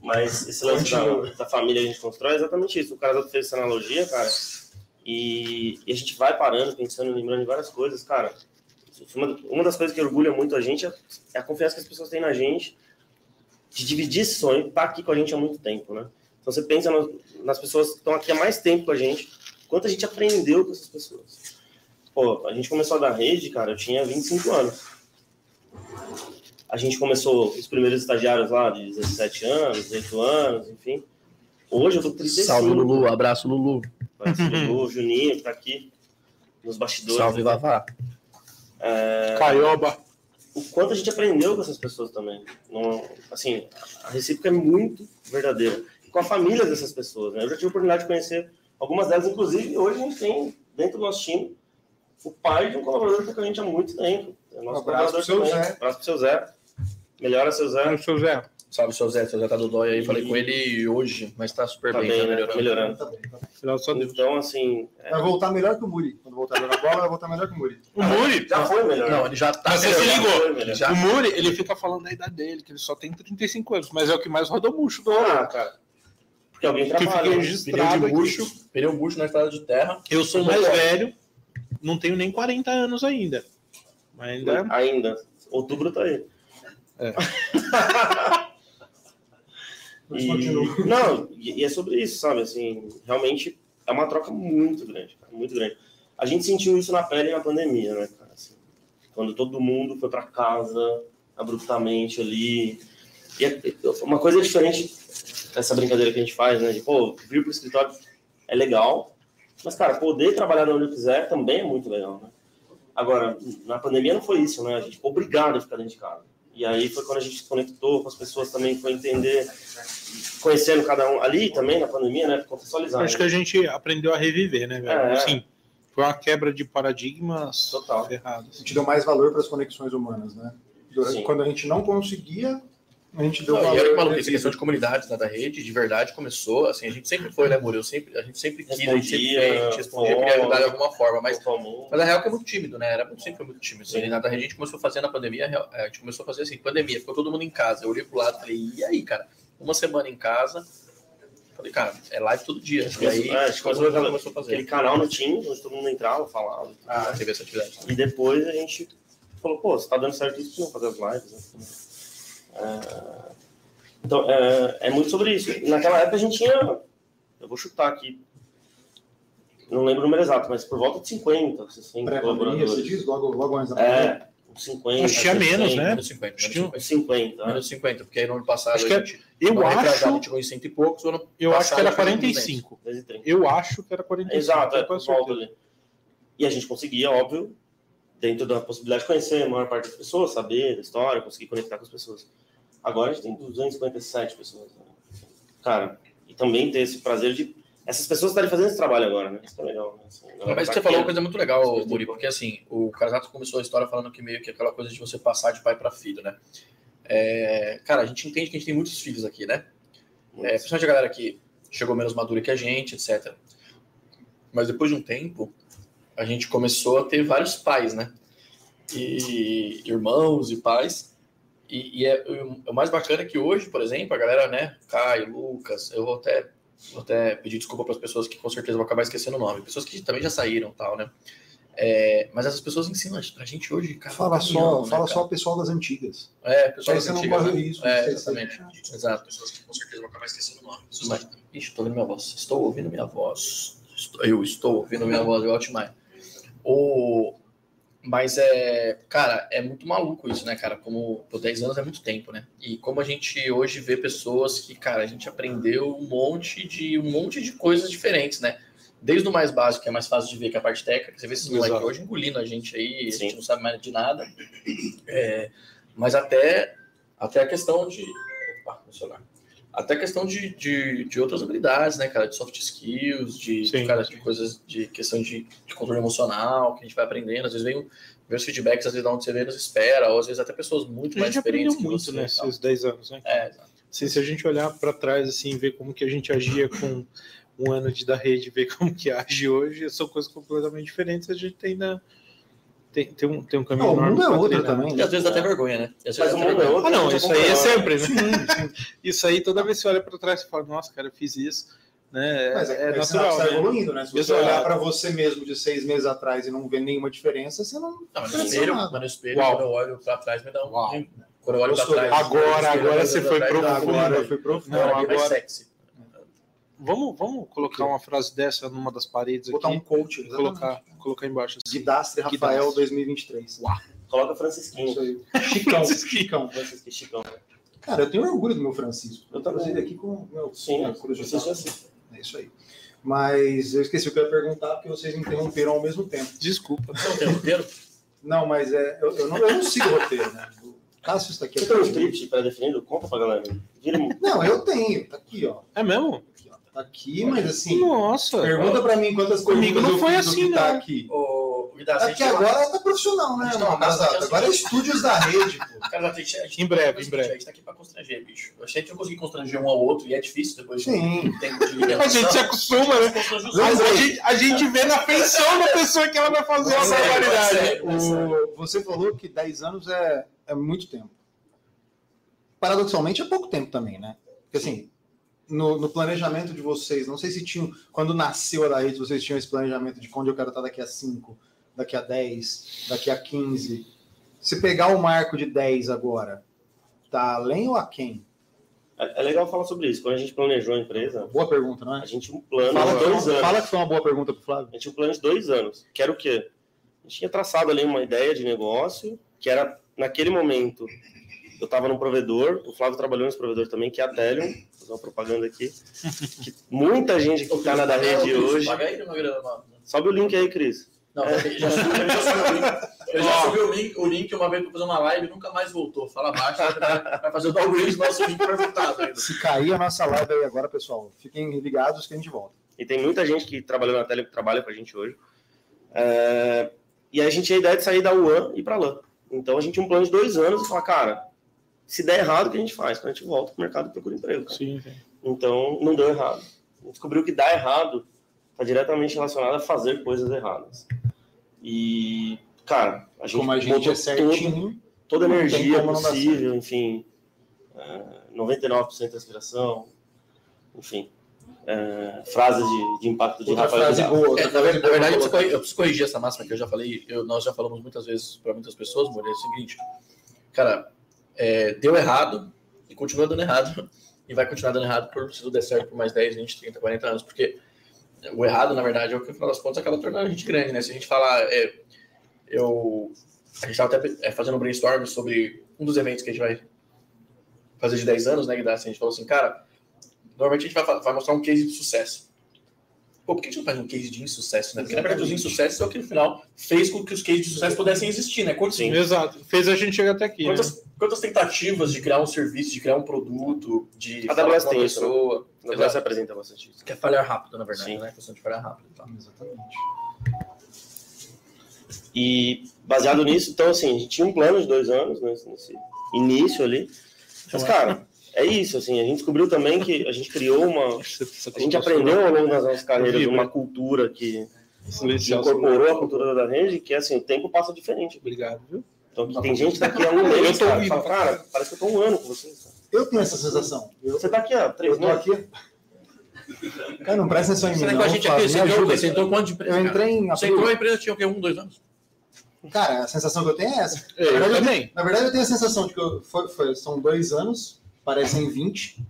E: Mas esse lance da, da família que a gente constrói é exatamente isso. O cara fez essa analogia, cara. E, e a gente vai parando, pensando, lembrando de várias coisas, cara. Uma, uma das coisas que orgulha muito a gente é, é a confiança que as pessoas têm na gente de dividir esse sonho, tá aqui com a gente há muito tempo, né? Então você pensa no- nas pessoas que estão aqui há mais tempo com a gente, quanto a gente aprendeu com essas pessoas. Pô, a gente começou a dar rede, cara, eu tinha 25 anos. A gente começou os primeiros estagiários lá de 17 anos, 18 anos, enfim. Hoje eu tô com 35.
F: Salve, Lulu. Abraço, Lulu.
E: Parece o Lulu, o Juninho que tá aqui nos bastidores.
D: né?
F: Salve, Vavá.
D: É,
C: Caioba.
E: O quanto a gente aprendeu com essas pessoas também. Não- assim, a recíproca é muito verdadeira. Com a família dessas pessoas, né? Eu já tive a oportunidade de conhecer algumas delas, inclusive hoje a gente tem dentro do nosso time o pai de um colaborador que tá com a gente há muito tempo. É nosso
B: Um abraço pro seu
E: colaborador
B: Zé.
E: também. Abraço pro seu Zé. Melhora seu Zé.
C: seu Zé.
D: Salve, seu Zé, seu Zé tá do dói aí, falei com ele hoje, mas tá super
E: Tá
D: bem,
E: bem,
D: tá
E: né?
D: melhorando.
E: Melhorando.
B: Tá bem, tá bem.
C: Graças a Deus.
E: Então, assim. é-
B: Vai voltar melhor que o Muri. Quando voltar a jogar bola, vai voltar melhor que o Muri.
C: O Muri,
E: Já foi melhor.
D: Não, ele já tá
C: Mas você se
D: melhorando.
C: ligou?
E: Foi melhor.
D: Já.
C: o Muri, ele fica falando da idade dele, que ele só tem 35 anos, mas é o que mais rodou murcho do
E: Ah,
C: rolê.
E: cara. Porque alguém
C: Que
E: trabalha.
C: fica
E: né?
C: registrado.
D: Tá Pneu de
C: aqui.
D: bucho, pneu bucho na estrada de terra.
C: Eu sou mais velho, não tenho nem 40 anos ainda. Mas ainda.
E: Ainda. Outubro tá aí. (laughs)
C: É.
E: E- não, e e é sobre isso, sabe? Assim, realmente é uma troca muito grande, cara, muito grande. A gente sentiu isso na pele na pandemia, né, cara? Assim, quando todo mundo foi para casa abruptamente ali. E é- uma coisa diferente dessa brincadeira que a gente faz, né? De, pô, vir pro escritório é legal, mas, cara, poder trabalhar de onde eu quiser também é muito legal, né? Agora, na pandemia não foi isso, né? A gente ficou obrigado a ficar dentro de casa. E aí foi quando a gente se conectou com as pessoas também, foi entender, conhecendo cada um ali também na pandemia, né? Contextualizar.
C: Acho que
E: né?
C: a gente aprendeu a reviver, né, velho?
E: É.
C: Assim, foi uma quebra de paradigmas
E: Total.
B: A
C: ferrados.
B: gente deu mais valor para as conexões humanas, né? Durante-
E: Sim.
B: quando a gente não conseguia, a gente deu
D: Não,
B: valor.
D: e olha que maluco,
B: pra
D: essa questão de comunidades né, da rede, de verdade, começou, assim, a gente sempre foi, né, Murilo? Sempre, a gente sempre quis, a gente sempre
E: Respondia,
D: fez, a gente respondia, queria ajudar de alguma forma, mas,
E: Pô, amor.
D: mas a real é que é muito tímido, né? Era muito- sempre foi muito tímido. Assim, nada, a gente começou a fazer na pandemia, a real- a gente começou a fazer assim, pandemia, ficou todo mundo em casa. Eu olhei pro lado e falei, e aí, cara? Uma semana em casa, falei, cara, é live todo dia. E aí,
E: É, a gente começou a fazer
D: começou a
E: Aquele
D: fazer.
E: canal no Teams, onde todo mundo entrava, falava.
D: Ah, teve essa atividade.
E: E depois a gente falou, pô, se tá dando certo isso, vamos fazer as lives. Né? É, Então, é, é muito sobre isso. Naquela época a gente tinha, eu vou chutar aqui, não lembro o número exato, mas por volta de 50, 60
B: Pré-pandemia, você diz?
E: colaboradores.
B: Logo, logo antes da pandemia.
E: É, uns 50.
C: Acho que tinha menos, né?
D: Menos 50, menos 50.
E: Uns 50. né?
D: Menos 50, porque aí no ano passado
C: Acho
D: a
C: que é-
D: gente, no
C: Eu
D: ano retrasado, a
C: acho,
D: gente ganhou em cento e poucos, o ano
C: eu acho que era
D: passado, a gente ganhou em
C: 45.
E: 10 e 30.
C: Eu acho que era 45.
E: Exato, é,
C: com
E: por
C: certeza.
E: volta ali. E a gente conseguia, óbvio, dentro da possibilidade de conhecer a maior parte das pessoas, saber da história, conseguir conectar com as pessoas. Agora a gente tem 257 pessoas. né? Cara, e também ter esse prazer de Essas pessoas estarem fazendo esse trabalho agora, né? Isso que é legal. né? Assim,
D: Não, Mas o que você falou é uma coisa muito legal, Guri, porque assim, o Casato começou a história falando que meio que aquela coisa de você passar de pai para filho, né? É, cara, a gente entende que a gente tem muitos filhos aqui, né? É, principalmente a galera que chegou menos madura que a gente, etc. Mas depois de um tempo, a gente começou a ter vários pais, né? E irmãos e pais. E, e é, o mais bacana é que hoje, por exemplo, a galera, né? Caio, Lucas, eu vou até Vou até pedir desculpa para as pessoas que com certeza vão acabar esquecendo o nome. Pessoas que também já saíram e tal, né? É, mas essas pessoas ensinam pra gente hoje, cara.
B: Fala
D: caminhão,
B: só,
D: né,
B: fala
D: cara?
B: só o pessoal das antigas.
D: É,
B: Só
D: pessoal
B: aí você não
D: antigas,
B: corre o
D: né?
B: risco. de
D: É,
B: ser-
D: exatamente. Exato. Pessoas que com certeza vão acabar esquecendo o nome. né? Mas, ixi, tô ouvindo minha voz. Estou ouvindo minha voz. Estou- Eu estou ouvindo minha voz, eu Altmaier. O... Mas é, cara, é muito maluco isso, né, cara? Como por 10 anos é muito tempo, né? E como a gente hoje vê pessoas que, cara, a gente aprendeu um monte de um monte de coisas diferentes, né? Desde o mais básico, que é mais fácil de ver, que é a parte técnica, que você vê esses moleques
C: Exato.
D: hoje engolindo a gente aí, a
E: Sim.
D: gente não sabe mais de nada. É, mas até, até a questão de. Opa, meu celular. Até a questão de, de, de outras habilidades, né, cara? De soft skills, de,
C: Sim.
D: cara, de coisas, de questão de, de controle emocional, que a gente vai aprendendo. Às vezes vem, um- vem os feedbacks, às vezes dá onde você menos espera, ou às vezes até pessoas muito
C: A
D: mais
C: gente
D: experientes
C: aprendeu
D: que você
C: muito,
D: e
C: né,
D: tal.
C: esses 10 anos, né?
D: É, exato.
C: Se, se a gente olhar para trás, assim, ver como que a gente agia com um ano de da rede, ver como que age hoje, são coisas completamente diferentes. A gente tem na. Tem, tem, um, tem um caminho
B: Não, o
C: enorme
B: mundo é
C: pra
B: outro
C: treinar.
B: também.
D: E
B: né?
D: às vezes dá até vergonha, né? E às vezes
E: Mas
D: dá até
E: o mundo é
D: vergonha.
E: outro.
C: Ah, não,
E: a gente
C: isso aí é
E: acompanha,
C: sempre, né? (laughs) Isso aí, toda vez que você olha para trás, você fala, nossa, cara, eu fiz isso, né? É,
B: Mas
C: é
B: é, que você
C: natural,
B: está
C: né?
B: evoluindo, né? Se você
C: Exato.
B: olhar para você mesmo de seis meses atrás e não ver nenhuma diferença, você não.
D: Não, Ah, mas no espelho,
B: Impressionado.
D: mas no espelho
C: Uau.
D: quando eu olho pra trás, me dá um.
C: Uau.
D: Quando eu olho pra
B: Gostou.
D: trás.
C: Agora, agora você foi
D: pro
C: profundo.
B: Agora foi profundo.
C: Não,
D: Agora,
C: agora-
D: é mais sexy.
C: Vamos, vamos colocar uma frase dessa numa das paredes
B: Botar um
C: aqui
B: coach,
C: e
B: exatamente.
C: colocar, colocar embaixo. Assim.
B: Didastre Rafael
C: Didastre.
B: 2023.
E: Coloca Francisquinho.
B: Isso aí.
E: Chicão.
C: Francisquinho.
E: Chicão. Francisquinho, Chicão.
B: Cara, eu tenho orgulho do meu Francisco. Eu trouxe ele aqui com meu
E: É. Sim,
D: Ah,
B: minha cruz de
E: vocês já
B: Natal.
E: assistem.
B: É isso aí. Mas eu esqueci o que eu ia perguntar porque vocês me interromperam ao mesmo tempo.
C: Desculpa.
D: Você não tem
C: (laughs)
D: roteiro?
B: Não, mas é, eu, eu não, eu não sigo o roteiro, né? O Cássio está aqui.
E: Você tem um script pré-definido? Conta pra galera. Vira um-
B: Não, eu tenho. Tá aqui, ó.
C: É mesmo?
B: Aqui, ó. Tá aqui, mas assim.
C: Nossa.
B: Pergunta pra mim quantas
C: Comigo
B: perguntas
C: não
B: eu
C: foi
B: fiz do que
C: assim,
B: tá
C: não.
B: aqui.
D: Ô, Guida, a
B: Tá aqui
D: gente-
B: agora tá profissional, né,
D: A gente tá
B: mano?
D: uma casa
B: Casado?
D: que é o
B: Agora é estúdios da rede, pô.
D: Cara, a gente- a gente-
C: Em breve,
D: a gente-
C: em breve.
D: A gente tá aqui pra constranger, bicho. Eu achei que eu consegui constranger um ao outro e é difícil depois de
B: Sim.
C: (laughs)
D: um tempo de ligação.
C: A gente se acostuma, né?
D: Constrange os
C: Mas a
D: outros.
C: gente, a gente vê na feição da pessoa que ela vai fazer uma
D: Mas é, mas
C: barbaridade.
D: é, mas é.
B: O- Você falou que 10 anos é, é muito tempo. Paradoxalmente, é pouco tempo também, né? Porque assim, no, no planejamento de vocês, não sei se tinham, quando nasceu a da rede, vocês tinham esse planejamento de onde eu quero estar daqui a 5, daqui a 10, daqui a 15. Se pegar o marco de 10 agora, tá além ou a quem?
E: É é legal falar sobre isso. Quando a gente planejou a empresa,
B: Boa pergunta, não
E: a
B: é?
E: gente tinha um plano
B: Fala,
E: de dois
B: que-
E: anos.
B: fala que foi uma boa pergunta pro Flávio.
E: A gente tinha um plano de dois anos, que era o quê? A gente tinha traçado ali uma ideia de negócio, que era, naquele momento, eu estava num provedor, o Flávio trabalhou nesse provedor também, que é a Telion, vou fazer uma propaganda aqui, que muita gente que está na da rede
D: Ô, Cris,
E: hoje...
D: Paga aí uma grana, mano.
E: Sobe o link aí, Cris.
D: né? Não, eu já subi, eu já subi o link. Eu já subi o link, o link uma vez pra fazer uma live e nunca mais voltou. Fala baixo, vai vai fazer o downgrade do nosso link pra tá voltado ainda.
B: Se cair a nossa live aí agora, pessoal, fiquem ligados que a gente volta.
E: E tem muita gente que trabalhou na Telion, que trabalha com a gente hoje. É, E a gente tinha a ideia de sair da UAN e ir para LAN. Então a gente tinha um plano de dois anos e falar, cara, se der errado, o que a gente faz? Quando a gente volta pro mercado e procura emprego. cara.
C: Sim,
E: Então, não deu errado. Descobriu que dar errado está diretamente relacionado a fazer coisas erradas. E, cara, a gente,
B: Como a gente
E: botou
B: é certinho.
E: toda a
B: não tem
E: energia
B: como não dar
E: possível, enfim, é, 99% de aspiração, enfim, é, frases de, de impacto de
B: Outra
E: Rafael
B: frase
E: Vidal.
B: boa. Outra
D: É, na
B: frase
D: verdade, na
B: boa.
D: verdade, eu preciso corri- eu preciso corrigir essa máxima que eu já falei, eu- nós já falamos muitas vezes para muitas pessoas, Moreira, é o seguinte, cara, é, deu errado e continua dando errado, e vai continuar dando errado por se tudo der certo por mais 10, 20, 30, 40 anos, porque o errado, na verdade, é o que, no final das contas, acaba tornando a gente grande, né? Se a gente falar, é, eu... A gente estava até é, fazendo um brainstorm sobre um dos eventos que a gente vai fazer de assim, 10 anos, né, Guidassi? A gente falou assim, cara, normalmente a gente vai, fa- vai mostrar um case de sucesso. Pô, por que a gente não faz um case de insucesso, né? Porque na verdade os insucessos é o que no final fez com que os cases de sucesso pudessem existir, né? Quantos,
C: Exato. Fez a gente chegar até aqui. né?
D: quantas, quantas tentativas de criar um serviço, de criar um produto, de
E: A
D: falar
E: AWS
D: com uma
E: tem isso,
D: pessoa.
E: O
D: Exato.
E: negócio apresenta bastante isso.
D: Quer falhar rápido, na verdade,
E: Sim.
D: né? A questão de falhar rápido. e tal.
B: Exatamente.
E: E baseado nisso, então, assim, a gente tinha um plano de dois anos né, nesse início ali.
B: Então,
E: Mas, cara, é isso, assim, a gente descobriu também que a gente criou uma. A gente aprendeu né? ao longo das nossas carreiras
C: Vibra.
E: uma cultura que
C: Silenciar os-
E: incorporou a cultura da rede, que assim, o tempo passa diferente.
C: Obrigado, viu?
E: Então que tem gente daqui a um mês,
C: Eu tô
E: cara,
C: ouvindo.
E: fala, cara, parece que eu tô um ano com você. sabe?
B: Eu tenho essa sensação. Eu,
E: Você tá aqui há
B: eu
E: três
B: tô
E: meses.
B: aqui. Cara, não presta atenção em mim.
D: Será que
B: não,
D: a gente
B: Flávio,
D: aqui
B: me
D: você entrou,
B: ajuda.
D: você entrou quanto de empresa?
B: Eu
D: cara?
B: entrei em
D: Você entrou
B: abril.
D: a empresa tinha o quê? Um, dois anos?
B: Cara, a sensação que eu tenho é essa.
C: Eu também.
B: Na verdade, eu tenho a sensação de que eu- foi- foi- são dois anos, parecem 20.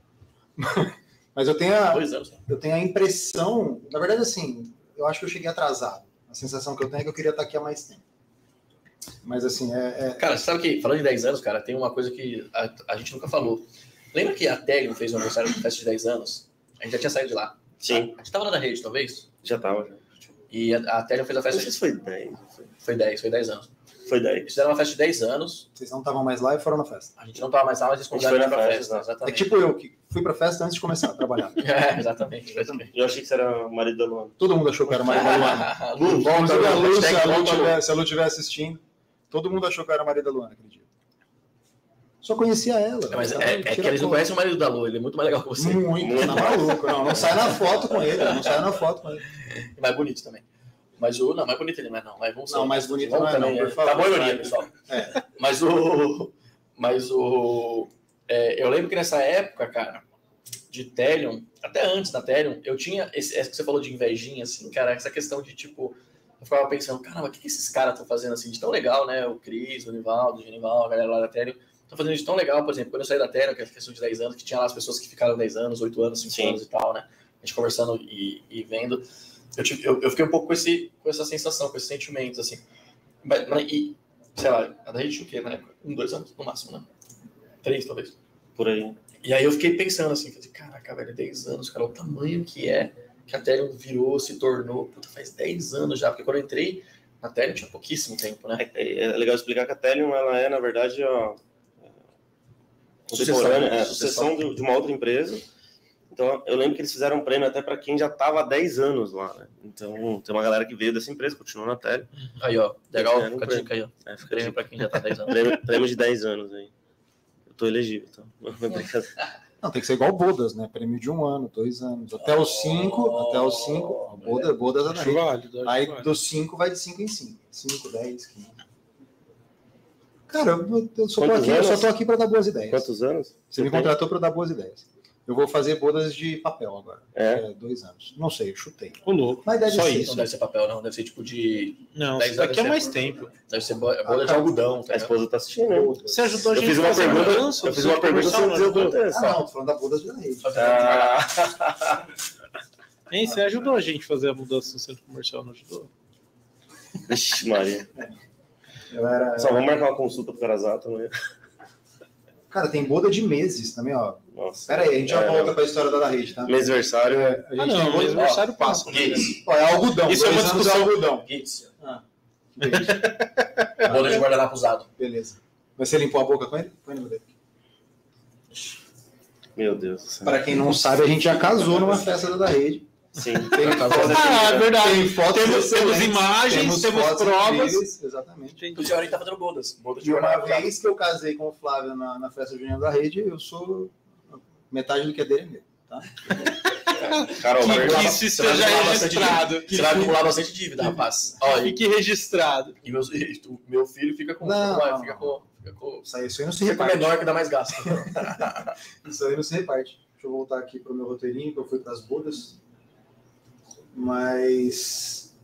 B: (laughs) Mas eu tenho, a,
D: Dois anos.
B: eu tenho a impressão. Na verdade, assim, eu acho que eu cheguei atrasado. A sensação que eu tenho é que eu queria estar aqui há mais tempo. Mas, assim, é. é-
D: Cara, você sabe que, falando de 10 anos, cara, tem uma coisa que a, a gente nunca falou. Lembra que a Telium fez um aniversário de festa de 10 anos? A gente já tinha saído de lá.
C: tá.
E: Sim,
D: A gente tava lá na rede, talvez?
E: já tava. Já.
D: E a, a Telium fez a
E: Não
D: festa
E: sei
D: de...
E: se foi 10. não foi-
D: Foi 10, foi 10 anos.
E: Foi 10.
D: Eles fizeram uma festa de 10 anos,
B: vocês não estavam mais lá e foram na festa.
D: a gente não tava mais lá, mas eles
E: A gente
D: convidaram a
E: foi
D: gente
E: na
D: pra festa.
E: festa,
B: É
D: Exatamente.
B: tipo eu, que fui pra festa antes de começar a trabalhar.
D: (laughs) É, exatamente. exatamente.
E: Eu achei que você era o marido da Luana.
B: Todo mundo achou que eu era marido da (laughs) Luana.
D: Lu, volta,
B: Inclusive, a
D: Lu,
B: Lu, se a
D: hashtag
B: Lu
D: volta, Lu.
B: tiver- se a Lu estiver assistindo, todo mundo achou que eu era marido da Luana, acredito. Só conhecia ela.
D: É, Mas
B: Ela
D: é, é que
B: tira
D: eles não
B: foto.
D: conhecem o marido da Lu, ele é muito mais legal que você.
B: Muito, tá maluco. Não, não sai na foto com ele, não sai na foto com ele.
D: E mais bonito também. Mas o. Não, mais bonito ele não é, não. Mas vamos
B: Não, mais bonito não é,
D: também,
B: não, por
D: é.
B: favor. É.
D: Tá boa a ironia, pessoal. Mas o. Mas o. é, eu lembro que nessa época, cara, de Telion, até antes da Telion, eu tinha. Esse, essa que você falou de invejinha, assim, cara, essa questão de tipo. Eu ficava pensando, caramba, o que, que esses caras estão fazendo assim de tão legal, né? O Cris, o Nivaldo, o Genival, a galera lá da Telion. Estão fazendo de tão legal, por exemplo, quando eu saí da Telion, que é questão de 10 anos, que tinha lá as pessoas que ficaram 10 anos, 8 anos, 5
E: Sim.
D: anos e tal, né? A gente conversando e, e vendo eu, tive- eu- eu fiquei um pouco com, esse, com essa sensação, com esses sentimentos, assim. Mas, mas- e, sei lá, a da gente tinha o quê na época? Um, dois anos, no máximo, né? Três, talvez.
E: Por aí.
D: E aí eu fiquei pensando assim, falei, caraca, velho, 10 anos, cara, o tamanho que é que a Ethereum virou, se tornou, puta, faz 10 anos já, porque quando eu entrei na Ethereum tinha pouquíssimo tempo, né?
E: É, é- é legal explicar que a Telium, ela é, na verdade, a é, contemporânea, é, a
D: Sucessão.
E: sucessão de, de uma outra empresa. Então, eu lembro que eles fizeram um prêmio até para quem já estava há 10 anos lá, né? Então, tem uma galera que veio dessa empresa, continuou na Telium.
D: Aí, ó, legal,
E: É, não
D: fica a dica aí, ó.
E: É, fica
D: Prêmio
E: de-
D: pra quem já tá 10
E: (laughs)
D: anos.
E: prêmio, prêmio de 10 anos aí. Eu tô elegível, (laughs) tá? Brincadeira.
B: Não, tem que ser igual Bodas, né? Prêmio de um ano, dois anos, até os cinco, até os cinco. Bodas, Bodas é da
C: Acho
B: gente.
C: válido. acho
B: Aí
C: válido.
B: dos cinco vai de cinco em cinco. Cinco, dez, quinze. Cara, eu, eu só, tô
E: Quantos
B: aqui, eu só
E: anos?
B: tô aqui pra dar boas ideias.
E: Quantos anos?
B: Você me
E: tem?
B: contratou pra dar boas ideias. Eu vou fazer bodas de papel agora.
E: É.
B: É, dois anos. Não sei, eu chutei.
C: Ô, louco.
B: Mas deve
C: Só
B: ser.
C: isso.
D: Não deve ser papel, não, deve ser tipo de.
C: Não,
D: Dez
C: isso daqui é
D: anos é
C: mais
D: bom.
C: tempo.
D: Deve ser bo- bolha de algodão,
B: É.
D: tá
E: A
D: ligado?
E: esposa tá assistindo, né?
C: Você ajudou a
E: Eu
C: gente
E: fiz
C: a
E: uma
C: fazer
E: pergunta,
C: balanço,
E: eu fiz
C: você
E: uma pergunta
C: conversou,
E: sem dizer o
C: né?
E: quanto é,
B: Ah,
E: só.
B: não, tô falando da bodas da rede.
E: Ah,
C: Hein, você ajudou a gente a fazer a mudança no centro comercial, não ajudou?
E: Vixe, Maria.
B: Eu era.
E: Só vamos marcar uma consulta pro Carasato amanhã.
B: Cara, tem boda de meses também, ó.
E: Nossa.
B: Pera aí, a gente já
E: É,
B: volta pra história da da rede, tá?
E: Mêsversário é.
B: A gente
C: Ah, não, o
B: tem-
C: aniversário
D: um
C: passa. né?
D: Gates,
B: Ó, é algodão.
C: Isso é uma
B: dois anos
C: discussão.
B: algodão.
D: Gates.
B: Beleza.
D: Bolha de guardanapo usado.
B: Beleza. Mas você limpou a boca com ele? Põe no dedo.
E: Meu Deus do céu.
B: Pra quem não sabe, a gente já casou numa festa da da rede.
E: Sim.
B: Tem fotos-
C: Ah, é verdade.
B: tem fotos
C: Temos, temos
B: excelentes,
C: imagens, temos
B: fotos
C: provas.
B: incríveis, Exatamente.
D: O senhor tá fazendo bodas. Bodas de
B: E uma
D: guardanapo usado.
B: vez que eu casei com o Flávio na, na festa junina da rede, eu sou. Metade do que é dele é meu.
E: Carol,
C: Que,
E: vai-
C: que isso esteja
D: vai acumular
C: registrado.
D: Você vai acumular bastante dívida, rapaz. Ó, e,
C: Fique registrado.
D: e meus- e tu- meu filho fica com.
B: Não.
D: vai, fica com. Fica com.
B: Isso aí, isso aí não se
D: Fica com o
B: reparte.
D: menor que dá mais (laughs) gasto.
B: Isso aí não se reparte. Deixa eu voltar aqui pro meu roteirinho, que eu fui pras bodas. Mas.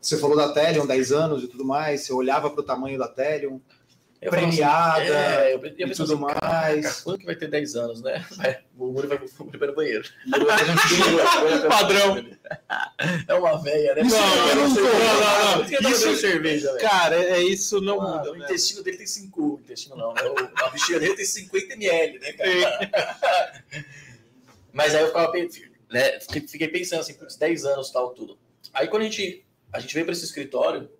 B: Você falou da Telion, 10 anos e tudo mais, você olhava pro tamanho da Telion,
D: Eu falo assim,
B: premiada
D: é, eu, eu
B: e
D: penso
B: tudo
D: assim, cara, (laughs)
B: mais.
D: quando que vai ter 10 anos, né? (laughs) Vai, o Muri vai, o Muri vai no banheiro. assim,
C: Padrão.
D: É uma véia, né?
C: Não,
D: Não,
C: não, não, não.
D: Por que tá
C: Isso-
D: bebendo cerveja, velho?
C: Cara, é é isso não
D: Ah,
C: muda.
D: o
C: né?
D: intestino dele tem 5. O intestino não, né? O- A bexiga dele tem 50 ml, né, cara? (laughs) Mas aí eu ficava pensando. né? Fiquei fiquei pensando assim, putz, 10 anos tal, tudo. Aí quando a gente, a gente veio para esse escritório,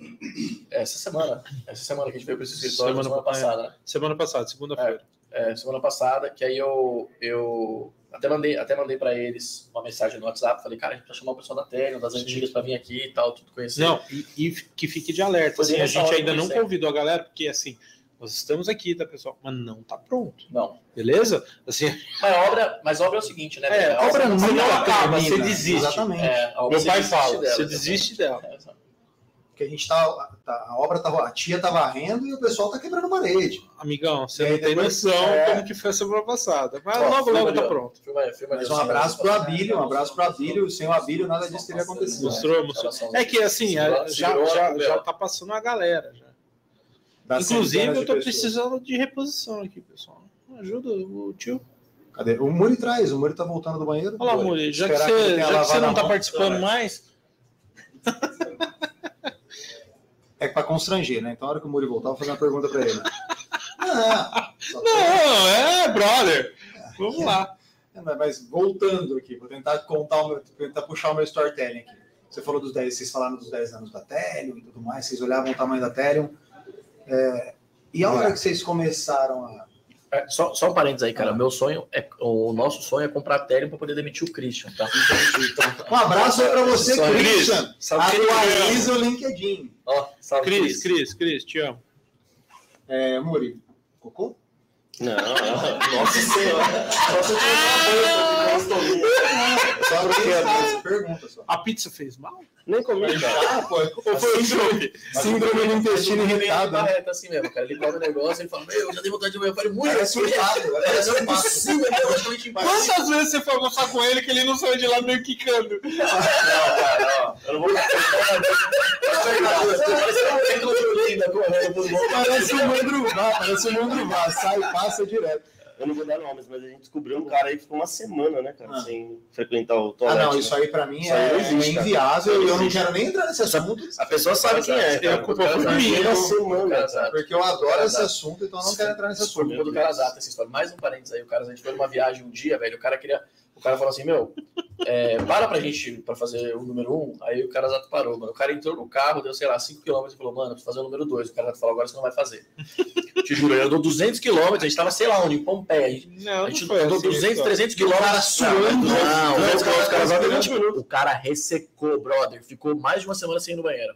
D: (clears throat) essa semana, essa semana que a gente veio para esse escritório, semana,
C: Semana-
D: passada, né?
C: Semana passada, segunda-feira.
D: É, semana passada, que aí eu, eu até mandei, até mandei para eles uma mensagem no WhatsApp, falei, cara, a gente precisa chamar o pessoal da Tecno, das antigas, para vir aqui e tal, tudo conhecer.
C: Não, e, e que fique de alerta.
D: Foi
C: Assim, a
D: nessa
C: gente
D: hora
C: ainda
D: que
C: não
D: comecei.
C: convidou a galera, porque assim, nós estamos aqui, tá, pessoal? Mas não tá pronto,
D: Não.
C: beleza? Assim,
D: Mas a obra, mas a obra é o seguinte, né?
C: É,
D: Daniel?
B: obra
D: Você
B: nunca
D: não acaba,
B: termina.
D: você desiste.
B: Exatamente.
D: É, a obra
C: meu
D: você
C: pai
D: desiste
C: fala,
D: dela,
C: você
D: exatamente.
C: desiste dela.
D: É, exato.
B: Porque a gente tá. tá- a obra tá. A tia tá varrendo e o pessoal tá quebrando parede.
C: Amigão, você
B: E aí
C: não tem
B: depois-
C: noção
B: é.
C: como que foi a semana passada. Mas
D: Ó,
C: logo, logo
D: filma ali,
C: tá
D: ó.
C: pronto.
D: Filma- filma
B: Mas
D: ali,
B: um
D: assim,
B: abraço pro
D: né?
B: Abílio, um abraço um pro Abílio. Sem o Abílio, nada disso teria acontecido.
C: Mostrou, mostrou. É que assim, a- já, já, já tá passando a galera. já.
D: Tá
B: Dá
C: Inclusive,
B: centenas de
C: eu tô
B: pessoas.
C: precisando de reposição aqui, pessoal. Ajuda o tio.
B: Cadê? O Muri traz, o Muri tá voltando do banheiro.
C: Olha lá, Muri, já que
B: Esperar que ele
C: você,
B: tenha
C: já que você
B: lavado
C: não
B: a
C: tá
B: mão,
C: participando
E: vai.
C: mais,
B: É pra constranger, né? Então, na hora que o Muri voltar, eu vou fazer uma pergunta pra (laughs) ele. Ah, só-
C: não, é, brother. Vamos lá.
B: É, mas- Mas voltando aqui, vou tentar contar o meu, tentar puxar o meu storytelling aqui. Você falou dos 10, vocês falaram dos 10 anos da Telium e tudo mais, vocês olhavam o tamanho da Telium. É, e a hora que vocês começaram a.
D: É, só, só um parênteses aí, cara. Meu sonho é. O nosso sonho é comprar a Tele pra poder demitir o Christian, tá?
B: Um abraço aí pra você,
D: Só-
B: Christian.
D: Sabe que ele ama.
B: Atualiza o LinkedIn.
D: Ó, salve,
C: Cris, Cris, Cris, te amo.
B: É, Muri, cocô?
E: Não, não, nossa senhora. Só se eu tiver uma bolsa de
B: Só pra quem sabe, você pergunta só.
C: A pizza fez mal?
E: Nem comi, cara.
B: Ah, pô,
C: Ou foi o chope?
B: síndrome do intestino irritado. né?
D: É, tá assim mesmo, cara. Ele come o negócio e fala: Meu, eu já dei vontade de ver. Eu falei, muito
B: Parece um pato,
D: é Parece
B: parece um pato.
D: impossível, é praticamente impossível.
C: Quantas vezes você foi almoçar com ele que ele não saiu de lá meio quicando?
E: Não, cara, não. Eu não vou
D: é um
B: Parece um mandruvá, parece um mandruvá. Sai, passa direto.
E: Eu não vou dar nomes, mas a gente descobriu um cara aí que ficou uma semana, né, cara,
B: Ah.
E: sem frequentar o
B: Ah,
E: toalete.
B: não,
E: né?
B: isso aí pra mim
E: Isso aí
B: é,
E: não existe,
B: é
E: cara.
B: inviável
E: Isso
B: e
E: aí
B: eu não
E: existe.
B: quero nem entrar nesse assunto,
E: A pessoa sabe quem é,
C: É a
E: cara.
C: culpa foi minha.
E: Uma semana, cara.
B: porque eu adoro esse assunto, então eu não quero entrar nesse
D: Foi
B: assunto.
D: culpa do cara Zata essa história. Mais um parênteses aí, o cara, a gente foi numa viagem um dia, velho, o cara queria. O cara falou assim, meu, é, para pra gente pra fazer o número um. Aí o cara Zata parou, mano. O cara entrou no carro, deu, sei lá, 5km e falou, mano, preciso fazer o número dois. O cara Zata falou, agora você não vai (laughs) fazer. Te juro, ele andou 200km, a gente tava, sei lá onde, em Pompeia. A gente,
C: Não, assim, então.
D: a gente andou 200, 300 km.
B: cara suando.
D: Não,
E: Não,
D: não,
E: cara,
D: o cara
E: esperando.
D: Zata 20 minutos. O cara ressecou, brother. Ficou mais de uma semana sem ir no banheiro.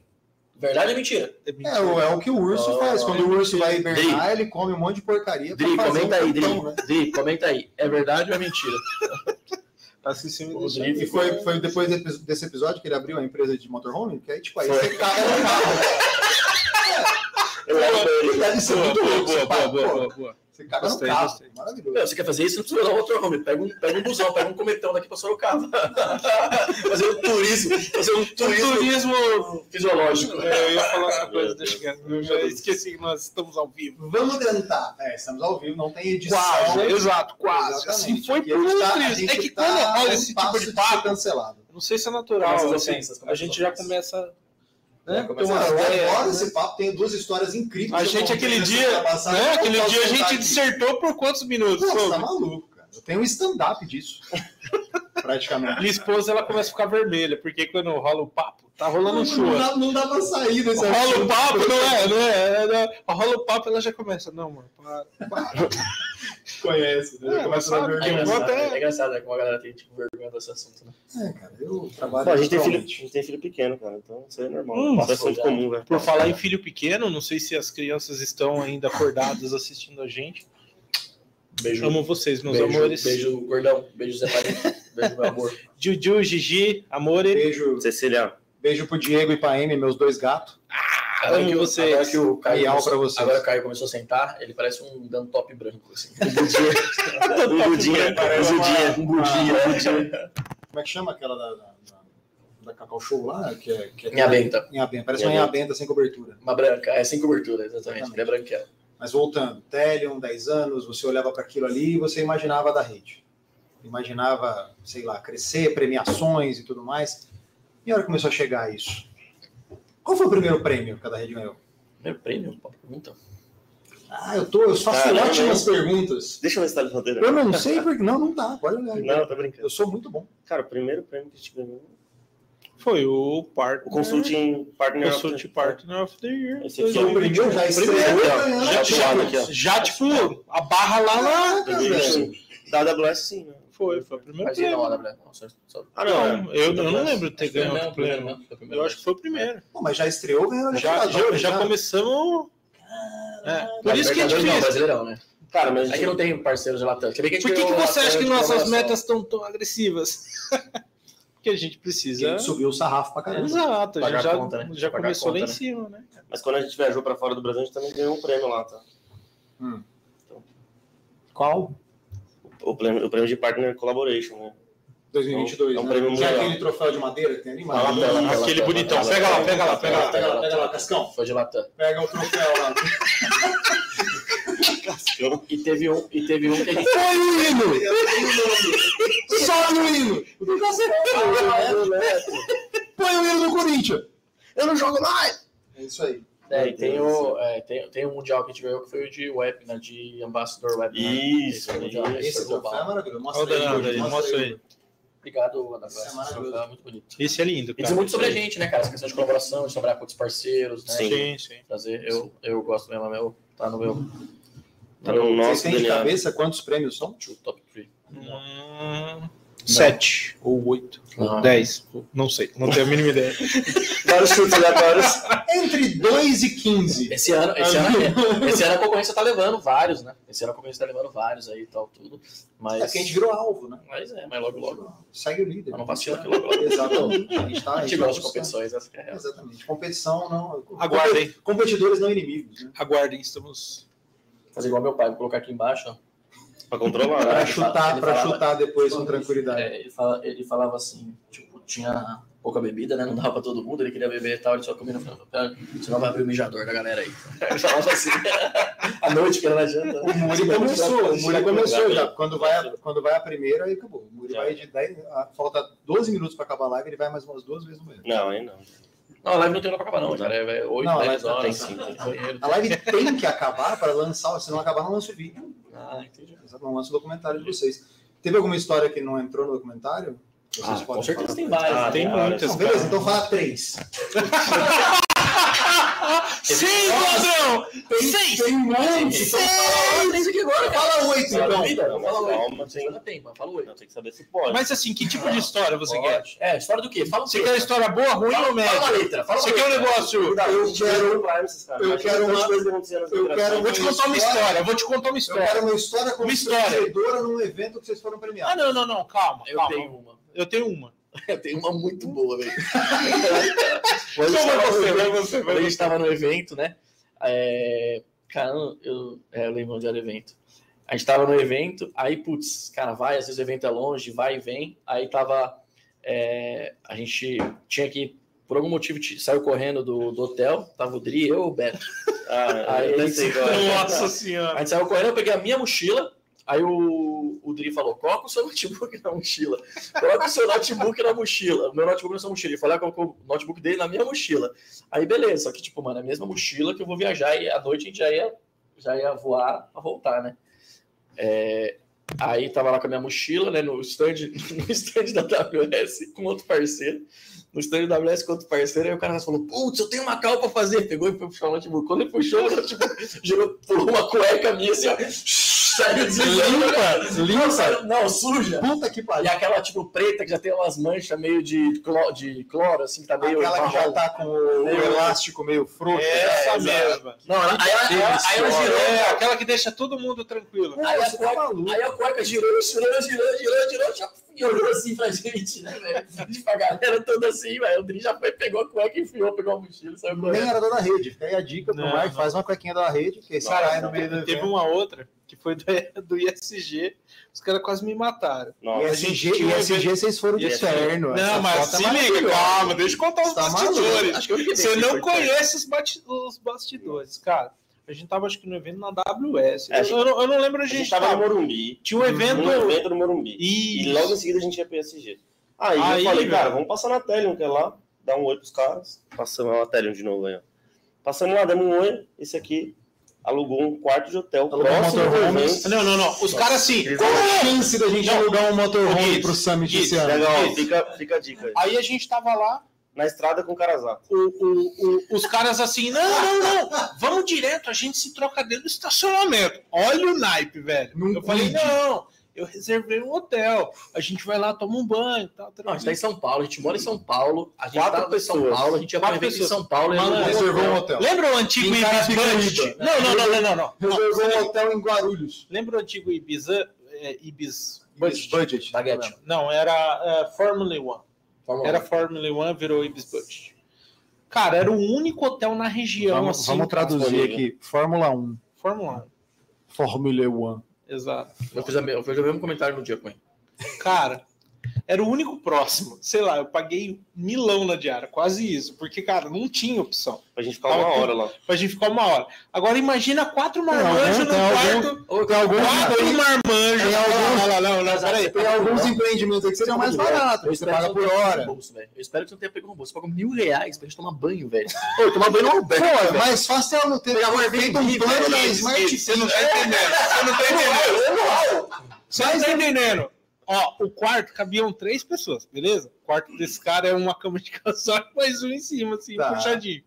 D: Verdade ou mentira?
B: É, o- é o que o urso
D: Ah,
B: faz. Quando o urso vai hibernar, ele come um monte de porcaria. pra
D: Dri,
B: fazer um
D: comenta aí, Dri.
B: tampão, né?
D: Dri, comenta aí. É verdade ou é mentira?
C: Assistindo.
B: E foi, foi depois de- desse episódio que ele abriu a empresa de motorhome, que aí, tipo, aí
E: Foi.
B: você caga no carro.
E: Eu era dele.
B: Deve
D: é
B: ser
C: Boa,
B: muito
C: boa,
B: louco.
C: boa,
B: você
C: boa,
B: paga,
C: boa,
B: pô,
C: boa, boa.
B: Você caga no
C: Gostei,
B: carro.
C: gostei.
B: Maravilhoso.
D: Meu, você quer fazer isso? Não precisa usar o motorhome. Pega um, pega um busão, pega um cometão daqui pra Sorocaba. (laughs) fazer um turismo, fazer um turismo
C: turismo
D: fisiológico.
C: É, eu ia falar essa coisa, deixa quieto. Eu já esqueci que nós estamos ao vivo.
B: Vamos tentar. É, estamos ao vivo, não tem edição.
C: exato,
B: Exatamente.
C: Assim, foi
B: E a gente
C: por
B: tá- a
C: três.
B: gente
C: É que
B: tá
C: quando
B: a
C: olha
B: um
C: esse tipo
B: passo
C: de
B: ser
C: papo,
B: cancelado.
C: não sei se é
D: Começa
C: natural.
D: as
C: assim,
D: ofensas,
C: a
D: começa as
C: gente já
D: ofensas.
C: começa. Né?
D: Já
C: Tem
D: começa
B: Mano,
D: as
C: umas
B: eu
C: ideias,
B: adoro
C: né?
B: esse papo, tem duas histórias incríveis.
C: A
B: que eu
C: gente
B: contei
C: aquele
B: na
C: dia.
B: semana passada,
C: né?
B: eu não
C: Aquele
B: posso
C: dia a
B: contar
C: gente
B: aqui.
C: dissertou por quantos minutos?
B: Pô, Você tá
C: Sobre?
B: maluco, cara. Eu tenho um stand-up
C: (laughs)
B: disso. Praticamente.
C: Minha esposa ela começa a ficar vermelha, porque quando rola o papo, tá rolando um churrasco.
B: dá, não dá pra sair desse
C: Rola o
B: assunto.
C: papo, não é, não é, é, não. Rola o papo, ela já começa. Não, mano, para.
B: Conhece, né?
C: É, mas
B: Começa a dar
C: sabe,
D: É
B: vergonha.
D: engraçado,
C: Até-
D: é engraçado né, como a galera tem tipo, vergonha desse assunto. Né?
B: É, cara, eu
E: Bom,
B: trabalho
E: a gente tem filho, a
B: atualmente.
E: gente tem filho pequeno, cara, então isso aí é normal.
C: Hum,
E: isso é assunto
D: já.
E: comum, velho.
C: Por falar em filho pequeno, não sei se as crianças estão ainda acordadas assistindo a gente.
D: Beijo,
C: Amo vocês, meus
D: beijo,
C: amores.
D: Beijo, gordão. Beijo, Zé Parente. Beijo,
C: (laughs)
D: meu amor.
C: Juju, Gigi, Amore.
B: Beijo,
E: Cecília,
B: beijo pro Diego e pra Amy, meus dois gatos.
D: Agora
C: Amo
D: que o-
C: vocês.
D: Agora que o Caio,
B: Caial
D: começou-
B: pra vocês.
D: agora que o Caio começou a sentar, ele parece um dando top branco. Assim.
E: um budinha, um budinha, um budinha, um budinha.
B: Como é que chama aquela da, da, da- da Cacau Show lá? Que é, que é
D: Minha benta.
B: Inhabenta. Parece
E: Inhabenta.
B: uma Inhabenta sem cobertura.
D: Uma branca. É, sem cobertura, exatamente. Ele é branquela.
B: Mas voltando, Telion, 10 anos, você olhava para aquilo ali e você imaginava da rede. Imaginava, sei lá, crescer, premiações e tudo mais. E a hora que começou a chegar a isso? Qual foi o primeiro prêmio que a da rede ganhou?
D: é Primeiro prêmio? Boa pergunta.
B: Ah, eu, tô, eu faço
E: Caramba,
B: ótimas perguntas.
E: Deixa eu ver se tá de roteiro.
B: Eu não sei porque. Não, não tá. Pode olhar.
E: Não, tô brincando.
B: Eu sou muito bom.
E: Cara, o primeiro prêmio que a gente ganhou.
C: Foi o Partner.
E: O Consulting Partner.
C: Consult Partner of the Year.
E: Esse aqui é o
C: 2021.
B: primeiro, já estreou. né?
E: Já
C: Já,
E: atuado aqui, ó.
C: já, um. já, tipo, a barra lá, lá.
B: Caraca, velho.
E: Da AWS, sim, né?
C: Foi, foi o primeiro
D: Mas ele
C: prêmio.
D: não um olha, Breno. Não, só- só-
E: Ah,
C: Não, eu, eu não
E: AWS.
C: lembro de ter ganho
D: Não, é um
C: outro prêmio.
D: não, foi o primeiro, né?
C: Eu acho que foi o primeiro.
B: Pô, mas já estreou, ganhou.
C: Já,
B: tá, tá,
C: já,
B: tá,
C: já
B: tá.
C: começamos. É, por
D: Mas
C: isso que é
D: Libertadores Não,
C: difícil.
D: brasileirão, né?
E: Cara, mas.
D: É que não tem parceiros de Latam. Você vê a gente
C: Por que,
D: ganhou
C: que você
D: Latam
C: acha que
D: de
C: nossas
D: programação.
C: metas estão tão agressivas? (laughs) Porque a gente precisa. É,
B: Ele Subiu o sarrafo pra caramba.
C: Exato, a
D: é
C: gente
D: Pagar
C: já,
D: a conta, né?
C: já
D: Pagar a
C: começou lá em
D: conta, né?
C: cima, né?
E: Mas quando a gente viajou pra fora do Brasil, a gente também ganhou um prêmio lá, tá?
B: Hum.
E: Então.
B: Qual?
E: O prêmio, o prêmio de Partner Collaboration, né?
B: 2022,
E: É um
B: né?
E: prêmio
B: Que é
E: mundial.
B: aquele troféu de madeira que tem ali,
E: Ah, lá,
B: mano.
E: lá, lá, lá,
C: Aquele
E: lá,
C: bonitão.
E: lá, lá,
C: Pega
E: lá,
C: lá, pega lá, pega lá.
B: Pega lá, pega lá, Cascão.
D: Foi de Latam.
B: Pega o troféu lá.
D: E teve um, e teve um que
C: (laughs)
D: a gente.
B: Foi o hino! Só no hino!
C: Ah, é?
D: né?
B: Põe o hino no Corinthians!
E: Eu não jogo mais!
B: É isso aí.
D: É, e tem, o, é, tem, tem um mundial que a gente ganhou que foi o de web, né? De Ambassador Web. né?
E: Isso,
D: Esse foi o mundial,
E: isso.
D: esse foi
B: Esse
D: o
B: troféu é
D: global.
B: maravilhoso.
C: Olha o
B: Mostra
C: Danado
B: aí.
C: aí, mostra aí.
D: Obrigado, Ana
B: Isso é
D: Graça. Esse
B: maravilhoso.
D: troféu é muito bonito.
C: Esse é lindo,
D: E
C: cara.
D: diz muito sobre a gente, né, cara? Essa questão de colaboração, de trabalhar com outros parceiros, né?
E: Sim.
C: Sim, sim.
D: Fazer, eu, eu gosto mesmo, é meu, tá no meu
E: Tá no
B: Vocês
E: nosso
B: têm de
E: DNA.
B: cabeça quantos prêmios são?
D: two, top 3.
C: Hum, Sete ou oito.
D: Não.
C: Dez. Não sei, não tenho a mínima (laughs) ideia.
E: Vários chutes aleatórios.
B: Entre 2 e 15.
D: Esse ano, esse, ano, esse ano a concorrência tá levando vários, né? Esse ano a concorrência tá levando vários aí e tal, tudo.
B: É
D: Mas.
B: porque a gente virou alvo, né?
D: Mas é, mas logo logo.
B: Segue o líder.
D: Mas não vacila
B: (laughs)
D: que logo logo.
B: Exatamente. A gente tá
D: A
B: a
D: gente
B: gente tá
D: gosta
B: buscando.
D: de competições, essa que é a real.
B: Exatamente. Competição não.
C: Aguardem,
B: Competidores não inimigos. Né?
C: aguardem, estamos.
D: Fazer igual meu pai, vou colocar aqui embaixo, ó.
E: Pra controlar, né?
B: Pra
D: ele fala-
B: chutar,
D: ele
B: pra
D: falava-
B: chutar depois com tranquilidade.
D: É, ele, fala- ele falava assim, tipo, tinha pouca bebida, né? Não dava pra todo mundo, ele queria beber e tal, ele só comia no final do papel, senão vai abrir o mijador da galera aí. (laughs) Ele falava assim, (laughs) à noite, que era na janta.
B: O Muri começou, o Muri começou já. Quando vai, a, quando vai a primeira, aí acabou. O Muri
E: Já.
B: vai de 10, a- falta 12 minutos pra acabar a live, ele vai mais umas duas vezes no banheiro.
E: Não, aí não.
D: Não, a live não tem hora pra acabar, não, cara. É 8,
B: Não, a
D: 10
B: live não
D: horas.
B: tem,
D: assim,
B: sim.
D: banheiro.
B: A live tem que acabar pra lançar, se não acabar, não lança o vídeo.
D: Ah, entendi.
B: Não lança o documentário de vocês. Teve alguma história que não entrou no documentário?
D: Ah, com certeza
B: falar?
D: tem várias.
C: Ah,
D: né?
C: tem
D: várias.
C: muitas.
B: Não, beleza, então fala três.
C: Sim, ladrão!
B: Seis! Tem um monte!
D: Fala três aqui agora, cara.
B: Fala oito,
D: Fala
B: então.
D: oito,
E: Não, mas
D: fala oito.
E: calma, tem,
D: Ainda tem, mas fala oito.
E: não, tem que saber se pode.
C: Mas assim, que tipo de história você quer?
D: Pode. É, história do quê? Fala um
C: Você
D: texto.
C: quer história boa, ruim
D: Fala-
C: ou
D: Fala uma
C: média?
D: letra. Fala uma
C: Você
B: é
C: quer um
D: letra.
C: negócio?
E: eu
B: quero- eu quero uma- eu quero-
C: Vou te contar uma história, vou te contar
B: Eu
C: uma história.
B: quero uma história
C: Uma história.
B: constrangedora num evento que vocês foram premiados.
C: Ah, não, não, não, calma,
D: Eu
C: calma.
D: tenho uma.
C: Eu tenho uma.
D: Eu tenho uma muito boa, (laughs) velho.
C: Então vai você, vai
D: você. Quando a gente tava no evento, né? É, Cara, eu, é, eu lembro onde era o evento. A gente tava no evento, aí, putz, cara, vai, às vezes o evento é longe, vai e vem. Aí tava. é, a gente tinha que, por algum motivo, t- saiu correndo do, do hotel. Tava o Dri, eu, o Beto.
E: Ah,
D: Aí
E: eu pensei
D: isso-
E: agora.
C: Nossa
D: A
C: senhora.
D: gente saiu correndo, eu peguei a minha mochila. Aí o, o Dri falou: coloca o seu notebook na mochila. Coloca o seu notebook na mochila. O meu notebook na sua mochila. Ele falou: "Ah, colocou o notebook dele na minha mochila. Aí beleza, só que, tipo, mano, é a mesma mochila que eu vou viajar. E à noite a gente já ia, já ia voar pra voltar, né? É, aí tava lá com a minha mochila, né? No stand, (laughs) no stand da AWS com outro parceiro. No stand da AWS com outro parceiro. Aí o cara falou: putz, eu tenho uma cal pra fazer. Pegou e foi puxar o notebook. Quando ele puxou o notebook girou, pulou uma cueca minha assim, ó. (laughs) Saiu deslizando.
B: Limpa,
D: Não,
B: limpa.
D: saiu- não, suja.
B: Puta que
D: E
B: pariu.
D: aquela, tipo, preta que já tem umas manchas meio de cloro, de cloro assim, que tá meio.
B: Aquela que já
D: marrom.
B: tá com o, o elástico meio É, frouxo.
C: Essa
D: exato.
C: mesma.
D: Não, ela- aí, ela- aí, ela- aí ela girou.
C: É, aquela que deixa todo mundo tranquilo.
B: Pô,
D: Aí a
B: você tá maluco.
D: Aí a cueca girou, girou, girou, girou, girou, já e olhou assim pra gente, né, velho? Pra galera toda assim, velho. O Dri já foi, pegou a cueca, enfiou, pegou a mochila, e saiu
B: Nem
D: correndo.
B: era da rede. Fica aí a dica pro
C: Não,
B: Mike,
C: não.
B: faz uma cuequinha da rede, que esse cara é no meio do
C: Teve
B: evento.
C: uma outra que foi do, do ISG. Os caras quase me mataram.
B: E
E: Nossa,
B: SG,
C: tinha um
B: SG vocês foram de
E: ISG.
B: inferno. é.
C: Não, mas se liga, calma, deixa eu contar os
B: Tá maluco.
C: bastidores.
D: Acho que eu fiquei
C: Você
D: bem,
C: não
D: foi-
C: conhece os, bate- os bastidores, cara. A gente tava, acho que, no evento na AWS.
E: É, a gente-
C: eu, não, eu não lembro
E: a
C: onde
E: gente tava no Morumbi.
C: Tinha um evento.
E: Um evento no Morumbi.
C: Isso.
E: E logo em seguida a gente ia pro PSG. Aí,
C: Aí,
E: eu falei,
C: velho.
E: cara, vamos passar na Telion, que é lá, dar um oi pros caras. Passamos lá na Telion de novo aí, ó. Passamos lá, demos um oi, esse aqui. alugou um quarto de hotel
B: Alugou
E: próximo do
B: motorhome.
E: evento.
C: Não, não, não. Os caras assim.
E: Eles-
B: Qual é a chance da gente
C: Não.
B: alugar um motorhome
C: Isso,
B: pro Summit
C: isso,
B: esse ano?
E: Legal, fica, fica a dica. aí.
C: Aí a gente tava lá,
E: assim? Na estrada com o Carazato.
C: o- o- o- os caras assim, não, não, não, vamos direto, a gente se troca dentro do estacionamento. Olha o naipe, velho.
B: Não
C: eu falei,
B: cuide.
C: não, eu reservei um hotel, a gente vai lá, toma um banho, tal,
D: Não, a
C: tranquilo.
D: gente tá em São Paulo, a gente mora em São Paulo, a gente
E: Quatro
D: tava em São
E: pessoas.
D: Paulo, a gente ia pra um
C: Quatro
D: evento em
C: pessoas.
D: São Paulo, ele
C: Malandro.
D: alugou um
B: Reservou
D: hotel.
B: um hotel.
C: Lembra o antigo
B: Em Carapicuíba.
C: Ibis Não, não, não, não, não, não.
B: Reservou um hotel em Guarulhos.
C: Lembra o antigo Ibiza, é, Ibis...
B: Budget. Budget.
D: Baguete.
C: Não, era é, Formula One.
D: Fórmula
C: Era
D: um.
C: Formula One, virou Ibis Budget. Cara, era o único hotel na região,
B: Vamos,
C: assim.
B: vamos traduzir aqui. Fórmula 1.
C: Fórmula 1,
B: Fórmula 1.
C: exato.
D: Eu fiz, a, me- eu fiz o mesmo comentário no dia com ele.
C: Cara, era o único próximo. Sei lá, eu paguei milão na diária, quase isso. Porque, cara, não tinha opção.
E: Pra gente ficar uma
C: Tava
E: hora (laughs) lá.
C: Pra gente ficar uma hora. Agora imagina quatro marmanjos
B: algum-
C: no
B: tem algum-
C: quarto.
D: Ô,
B: Tem alguns,
C: Quatro
B: empre-
C: marmanjos.
B: tem alguns-
C: Não, não, não, não, peraí.
B: tem alguns empreendimentos aqui que seriam mais baratos.
D: Eu
B: Você
D: espero
B: paga
D: que você
B: por
D: não tenha pego
B: hora.
D: no bolso, velho. Eu espero que você não tenha pego no bolso. Você pagou mil reais pra gente tomar banho, velho. Ô, tomar banho no Alberto,
B: Pô,
D: velho.
B: mais fácil é não ter feito um plano da Smart é Fit.
C: Você não tá entendendo. Você não tá entendendo. Você não tá entendendo. Ó, o quarto cabiam três pessoas, beleza? O quarto desse cara é uma cama de casal, mais um em cima, assim,
B: Tá.
C: puxadinho.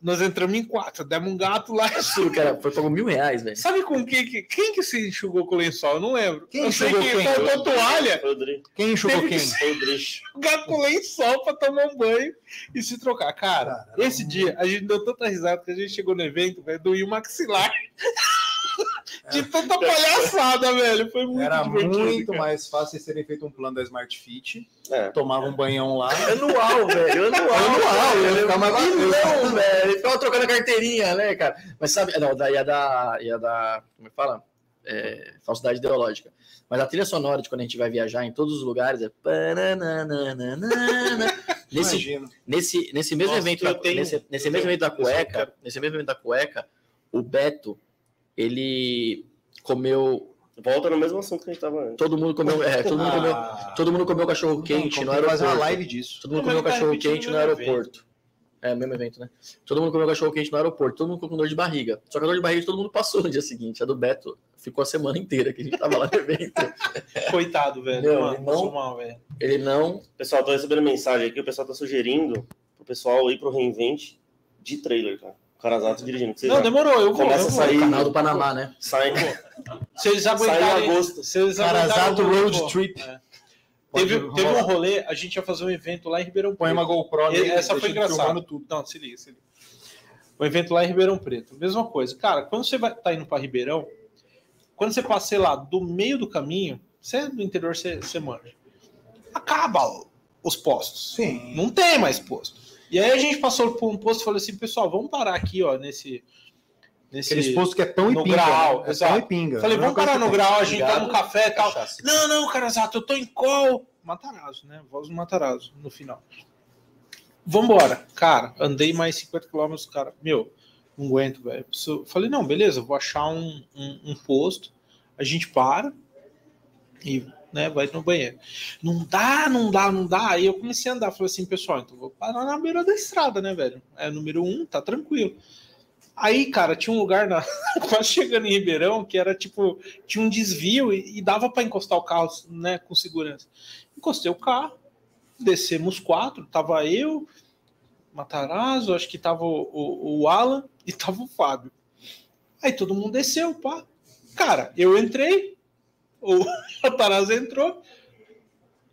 C: Nós entramos em quatro, demos um gato lá e
D: Juro, cara, foi pagou mil reais, velho.
C: Sabe com quem que, quem que se enxugou com o lençol? Eu não lembro.
B: Quem
C: eu sei
B: enxugou
C: que
B: quem?
C: faltou toalha,
E: Foi o Dri.
B: Quem enxugou
C: Teve
B: quem?
E: Foi o Dri.
C: jogar com o lençol pra tomar um banho e se trocar. Cara,
B: Cara, um
C: esse dia a gente deu tanta risada que a gente chegou no evento, velho, doía o
B: (laughs)
C: maxilar. De tanta palhaçada, velho. Foi muito
B: Era
C: divertido.
B: muito
C: cara.
B: mais fácil eles terem feito um plano da Smart Fit.
E: É.
B: Tomava um banhão lá.
D: Anual, velho. Anual.
C: Ah,
B: Anual,
D: velho.
B: ia ficar mais barato.
D: Milão, velho. né? Ele ficava trocando a carteirinha, né, cara? Mas sabe, não, daí ia da. ia da. Como é que fala? É, falsidade ideológica. Mas a trilha sonora de quando a gente vai viajar em todos os lugares é.
B: (laughs)
D: panananana. Nesse,
B: Imagina.
D: nesse, nesse mesmo
C: Nossa,
D: evento,
C: eu
D: da-
C: tenho-
B: um
D: nesse, nesse
C: eu
D: mesmo
C: tenho-
D: evento da
C: eu só quero-
D: cueca, nesse mesmo evento da cueca, o Beto, ele comeu.
E: Volta no mesmo assunto que a gente tava antes.
D: Todo mundo comeu. É, todo mundo comeu.
B: Ah,
D: Todo mundo comeu cachorro
B: não tem
D: quente
B: como,
D: no
B: tem que
D: aeroporto.
B: fazer uma live disso.
D: Todo mundo
C: Não, mas
D: comeu
C: ele tá
D: cachorro
C: repetindo
D: quente
C: o
D: no
C: mesmo
D: aeroporto. É, mesmo evento, né? Todo mundo comeu cachorro quente no aeroporto, todo mundo ficou com dor de barriga. Só que a dor de barriga de todo mundo passou no dia seguinte. A do Beto ficou a semana inteira que a gente tava lá
C: (laughs)
D: no evento.
C: Coitado, velho.
D: Meu,
C: mano,
D: irmão.
C: passou mal, velho.
D: Ele não.
E: Pessoal, tô recebendo mensagem aqui, o pessoal tá sugerindo pro pessoal ir pro reinvent de trailer, cara. O Carazato dirigindo. que Vocês
C: Não,
E: não,
C: demorou. Eu vou.
E: Começa
C: eu vou.
E: a sair.
D: Canal do Panamá, né?
E: saem,
C: Se eles
E: saem em
C: aguentarem.
E: agosto.
C: Se eles aguentarem,
B: Carazato
C: eu vou.
B: Road Trip.
C: É.
B: Pode
C: Teve,
B: rolar.
C: teve um rolê, a gente ia fazer um evento lá em Ribeirão
B: Põe
C: Preto.
B: uma GoPro
C: E-
B: ali.
C: essa
B: deixa
C: foi
B: ele filmando
C: engraçada.
B: tudo.
C: Não, se liga, se liga. O evento lá é em Ribeirão Preto. Mesma coisa. Cara, quando você vai, tá indo para Ribeirão, quando você passa sei lá do meio do caminho, você é do interior, você, você manja. Acaba o- os postos.
B: Sim.
C: Não tem mais posto. E aí a gente passou por um posto e falou assim, pessoal, vamos parar aqui, ó, nesse. nesse...
B: Aquele exposto que é pão e
C: No
B: pinga.
C: grau,
B: né? É
C: exato.
B: pão e pinga.
C: Falei,
B: É
C: vamos
B: uma coisa
C: parar no
B: que tem.
C: grau, a gente tá no café e tal.
D: Cachaça.
C: Não, não, Carazato, eu tô em call. Matarazzo, né? Voz do Matarazzo no final. Vambora. Cara, andei mais 50 km, cara. Meu, não aguento, velho. Preciso- Falei, não, beleza, eu vou achar um, um, um posto, a gente para e né, vai no banheiro. Não dá, não dá, não dá. Aí eu comecei a andar. Falei assim, pessoal, então vou parar na beira da estrada, né, velho? É número um, tá tranquilo. Aí, cara, tinha um lugar na... (laughs) quase chegando em Ribeirão que era tipo tinha um desvio e, e dava para encostar o carro, né, com segurança. Encostei o carro, descemos quatro, tava eu, Matarazzo, acho que tava o, o, o Alan (laughs) e tava o Fábio. Aí todo mundo desceu, pá. Cara, eu entrei, o (laughs) Matarazzo entrou,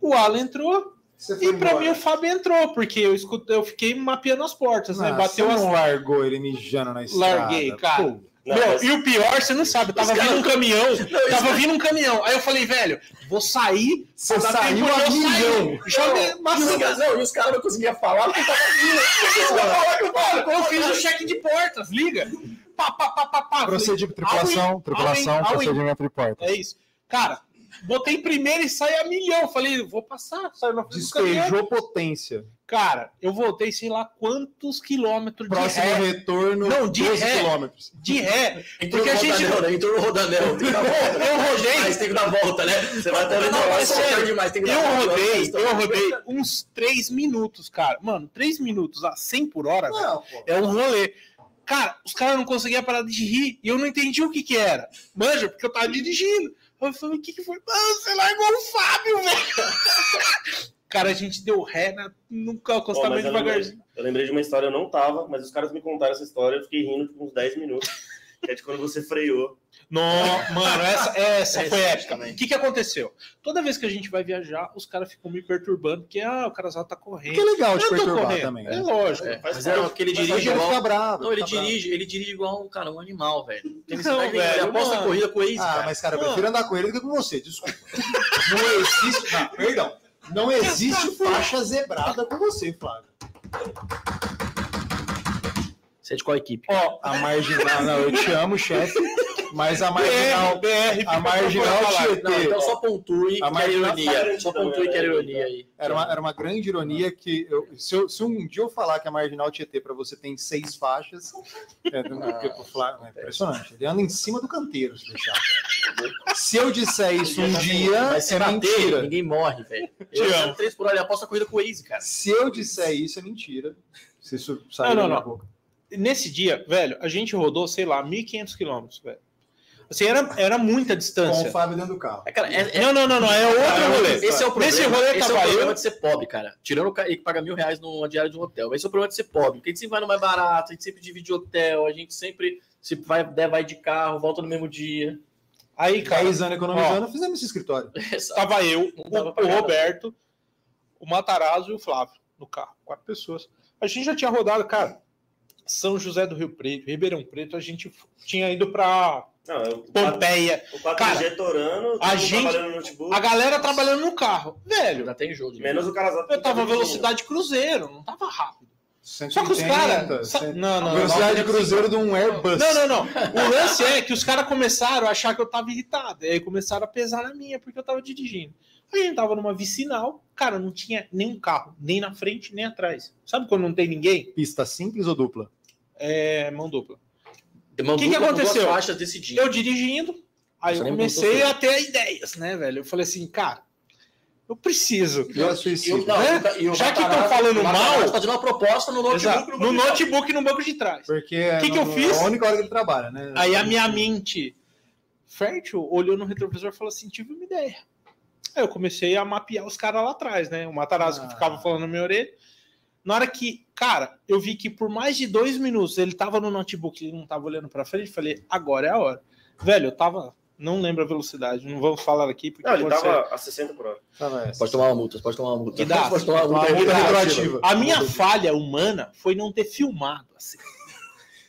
C: o Alan entrou
B: Você foi
C: e para
B: embora.
C: mim o Fábio entrou, porque eu escutei, eu fiquei mapeando as portas, né?
B: Ah,
C: Bateu
B: você
C: as
B: não largou ele mijando na estrada.
C: Larguei, cara.
B: Pô,
E: Não,
C: Meu,
E: mas-
C: e o pior, você não sabe, tava vindo um caminhão, tava vindo um caminhão. Aí eu falei, velho, vou sair,
B: Você
C: dá
B: saiu
C: tempo de
B: a
C: eu sair.
B: milhão.
C: Já me-
D: E os
C: mas-
D: caras- não, e os caras não conseguiam falar porque tá- tava
C: Mano, eu fiz o cheque de portas, liga. Pá, pá, pá, pá, pá. Falei,
B: Procedimento tripulação, tripulação,
C: Alvin, Alvin.
B: procedimento de porta.
C: É isso. Cara, botei primeiro e saí a milhão. Falei, vou passar, saiu na frente do caminhão.
B: Despejou potência.
C: Cara, eu voltei sei lá quantos quilômetros de
B: Próximo
C: ré,
B: retorno,
C: Não, de
B: 12
C: ré.
B: quilômetros.
C: de ré.
D: Entrou
C: Porque
D: no
C: a gente-
D: rodanel, né? Entrou no rodanel. Tem que dar volta.
C: Eu rodei,
D: Mas tem que dar volta, né? Você vai até o
C: Não,
D: litoral,
C: mas
D: só
C: sério,
D: perde mais, tem que dar
C: Eu
D: volta.
C: rodei, eu rodei uns 3 minutos, cara. Mano, 3 minutos a 100 por hora velho,
B: Não, pô.
C: é um rolê. Cara, os caras não conseguiam parar de rir e eu não entendi o que que era. Manja, porque eu tava dirigindo. Eu falei, o que que foi? Mano, você largou o Fábio, velho. (laughs) Cara, a gente deu ré, né? nunca
E: Ó,
C: acostava
B: é
E: mas
C: mais
E: eu, lembrei,
C: devagarzinho.
E: eu lembrei de uma história, eu não tava, mas os caras me contaram essa história, eu fiquei rindo por uns 10 minutos. (laughs) Que é de quando você freou.
C: No, mano, essa, é, essa
B: É
D: Essa
C: foi épica.
D: também.
C: O que, que aconteceu? Toda vez que a gente vai viajar, os caras ficam me perturbando, porque ah, o cara só tá correndo.
B: Porque é legal te
C: Eu tô
B: perturbar
C: correndo,
B: também.
C: É
B: né?
C: lógico.
D: É,
E: Faz
D: mas é
E: parte,
D: porque ele
E: faz
B: Mas
D: dirige
B: ele
C: Tá
D: igual.
B: fica bravo.
D: Não, ele
B: fica bravo.
D: dirige, ele dirige igual um cara, um animal, velho. Tem
C: Não,
D: necessidade de
C: velho,
D: ele aposta
C: mano.
D: corrida com isso,
B: Ah,
D: cara.
B: mas cara, eu
C: Mano.
B: prefiro andar com ele do que com você, desculpa. Não existe. Ah, perdão. Não existe faixa zebrada com você, Flávio.
D: Você é de qual equipe?
C: Ó,
B: A marginal. Não, eu te amo, chefe. Mas (laughs) a marginal.
C: BR, BR,
B: A marginal
D: Não, então
B: Tietê.
D: só pontue
B: A
D: que era
B: marginal
D: ironia.
E: Sarandí
D: Só
E: também,
D: pontue que era
E: né?
D: ironia aí.
B: Era uma, era uma grande ironia que eu- se, eu- se um dia eu falar que a marginal Tietê para você tem seis faixas, é, não, porque pro Flávio, é impressionante. Ele anda em cima do canteiro, se deixar. Se eu disser isso um dia,
D: Mas se
B: é
D: bater,
B: mentira.
D: ninguém morre, velho.
C: Te
D: Ele
C: amo.
D: três por hora, ele aposta corrida com o Waze, cara.
B: Se eu disser isso, é mentira. Se isso sair
C: Não, não,
B: da minha
C: não.
B: boca.
C: Nesse dia, velho, a gente rodou, sei lá, 1.500 quilômetros, velho. Assim, era, era muita
B: Com o
C: distância.
B: Fábio dentro do carro.
D: É, cara, é- é-
C: Não, não, não, não, é outro rolê. tá
D: Esse é o problema.
C: Nesse rolê
D: esse é o
C: tava
D: problema
C: eu.
D: de ser pobre, cara. Tirando o cara que paga mil reais numa diária de um hotel. Esse é o problema de ser pobre. Porque a gente sempre vai no mais barato, a gente sempre divide hotel, a gente sempre se vai, der- vai de carro, volta no mesmo dia. (laughs)
C: Aí, cara,
B: 10 anos economizando, fizemos esse escritório.
D: Essa-
C: tava eu,
D: dava
C: o,
D: pra
C: o
D: nada.
C: Roberto, o Matarazzo e o Flávio no carro. Quatro pessoas. A gente já tinha rodado, cara, São José do Rio Preto, Ribeirão Preto, a gente f- tinha ido pra
E: Não, eu,
C: Pompeia.
E: o 4G
C: Cara,
E: torando, todo
C: a
E: mundo
C: gente-
E: trabalhando no notebook,
C: A galera trabalhando no carro. Velho,
D: Ainda tem jogo. né?
E: menos o cara
C: eu tava velocidade cruzeiro, não tava rápido. Só que os
B: 180,
C: caras. sa-
B: 100.
C: Não, não, não.
B: Velocidade de cruzeiro de um Airbus.
C: Não, não, não. O lance é que os caras começaram a achar que eu tava irritado. E aí começaram a pesar na minha, porque eu tava dirigindo. Aí a gente tava numa vicinal, cara, não tinha nenhum carro, nem na frente, nem atrás. Sabe quando não tem ninguém?
B: Pista simples ou dupla?
C: É mão dupla.
D: Mandou
C: Que que
D: com duas
C: aconteceu?
D: faixas desse dia.
C: Eu dirigindo, aí
D: Você
C: eu
D: nem
C: comecei
D: perguntou
C: a ter ideias, né, velho? Eu falei assim, cara, eu preciso.
B: Eu a suicídio.
D: não,
C: né?
D: e o
C: Já que
D: Matarazzo-
C: tão falando
D: o Matarazzo
C: mal-
D: fazendo uma proposta no notebook.
C: Exato. No notebook e no banco de trás.
B: Porque
C: Que que eu
B: não-
C: fiz?
B: é a única hora que ele trabalha, né?
C: Aí a minha mente fértil olhou no retrovisor e falou assim: tive uma ideia. Aí eu comecei a mapear os caras lá atrás, né? O Matarazzo
B: Ah.
C: que ficava falando na minha orelha. Na hora que, cara, eu vi que por mais de dois minutos ele tava no notebook e não tava olhando pra frente, falei: agora é a hora. Velho, eu tava. Não lembro a velocidade, não vamos falar aqui. Porque
E: Não, ele
C: pode
E: tava a 60 por hora.
B: Tava é essa.
D: Pode tomar uma multa, pode tomar uma multa.
C: Que dá.
D: Pode tomar uma
B: Uma
D: multa.
B: multa
D: retroativa.
B: retroativa.
C: ser- A minha falha humana foi não ter filmado. Assim.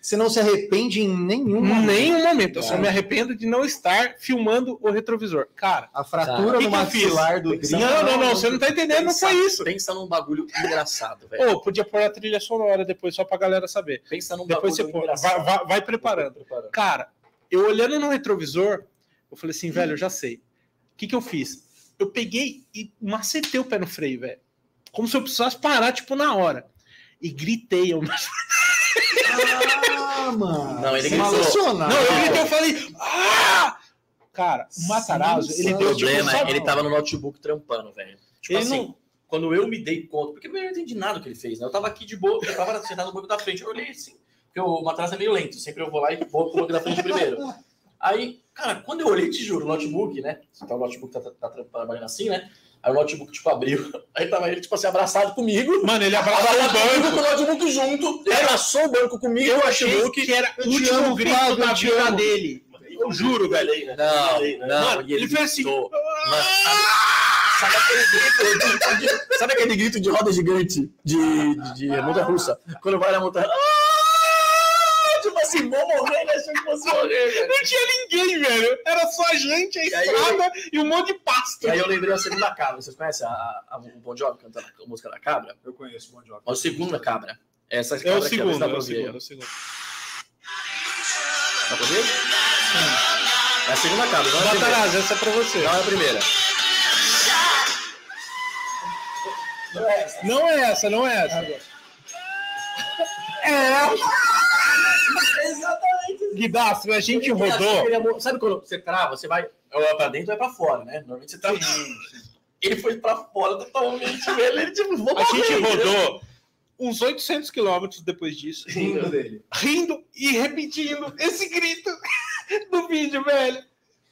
B: Você não se arrepende em nenhum
C: Em
B: momento.
C: nenhum momento. Eu só me arrependo de não estar filmando o retrovisor. Cara,
B: A fratura no
C: Tá. Que que eu fiz?
B: maxilar do grito.
C: Não, não, não, você não tá entendendo, não foi isso.
D: Pensa num bagulho engraçado, velho.
C: Ô, podia pôr a trilha sonora depois, só pra galera saber.
D: Pensa num
C: Depois você
D: Um bagulho
C: põe,
D: engraçado.
C: vai, vai- vai preparando. Cara, eu olhando no retrovisor, eu falei assim, velho, eu já sei. O que que eu fiz? Eu peguei e macetei o pé no freio, velho. Como se eu precisasse parar, tipo, na hora. E gritei. Eu... Não,
B: Ah, mano.
D: Não, ele
B: Você é
D: gritou.
C: (laughs)
B: Maldicionado.
C: eu gritei, eu falei... Ah! Cara, o Matarazzo, ele
D: O
C: deu, tipo,
D: problema é
C: sabe?
D: que ele tava no notebook trampando, velho. Tipo
C: Ele
D: assim,
C: não-
D: quando eu me dei conta, porque primeiro eu não entendi nada do que ele fez, né? Eu tava aqui de boa, eu tava sentado no banco da frente, eu olhei assim, porque o Matarazzo é meio lento, sempre eu vou lá e vou pro banco da frente primeiro. Aí, cara, quando eu olhei, te juro, o notebook, né? Então, o notebook tá, tá, tá trabalhando assim, né? Aí o notebook, tipo, abriu, (laughs) aí tava ele, tipo assim, abraçado comigo,
C: Mano, ele abraçou
D: abraçou
C: o banco.
D: com o notebook junto, ele abraçou o banco comigo,
C: Eu
D: o
C: achei
D: notebook.
C: que era o
B: te
C: último
B: amo,
C: grito
B: Flávio,
C: da
B: eu te
C: vida
B: amo.
C: dele.
E: Eu juro,
D: Não,
E: velho.
D: não.
C: né? Mano,
D: e ele
C: ele fez assim.
D: gritou. Mano, sabe, sabe aquele grito de, sabe aquele grito de roda gigante de, de, de montanha russa? Quando vai na montanha. Ah! Tipo assim, vou morrer, ele achou que fosse morrer, né?" velho.
C: Não tinha ninguém, velho. Era só a gente, a
D: aí,
C: estrada e um monte de
D: E
C: pasto.
D: aí eu lembrei a segunda cabra. Vocês conhecem a, a, o Bon Jovi cantando a música da cabra?
B: Eu conheço o Bon Jovi.
D: A segunda cabra. Essa
C: É o
D: cabra aqui,
C: segundo,
D: dá
C: é
D: pra
C: o
D: ouvir aí, ó.
C: segundo, é o segundo.
D: Dá pra ouvir? É a segunda cabra, não é a primeira.
C: Matarazzo, essa é pra você.
D: Não é a primeira.
C: Não é essa, não é essa. É. Guidastro, a gente rodou.
D: rodou. Sabe quando você trava, você vai ou é pra dentro ou é pra fora, né? Normalmente você trava. Ele foi pra fora totalmente, velho. Ele tipo, vou
C: A gente
D: morrer, entendeu?
C: rodou uns 800 quilômetros depois disso,
B: Rindo dele.
C: rindo e repetindo esse grito (laughs) do vídeo, velho.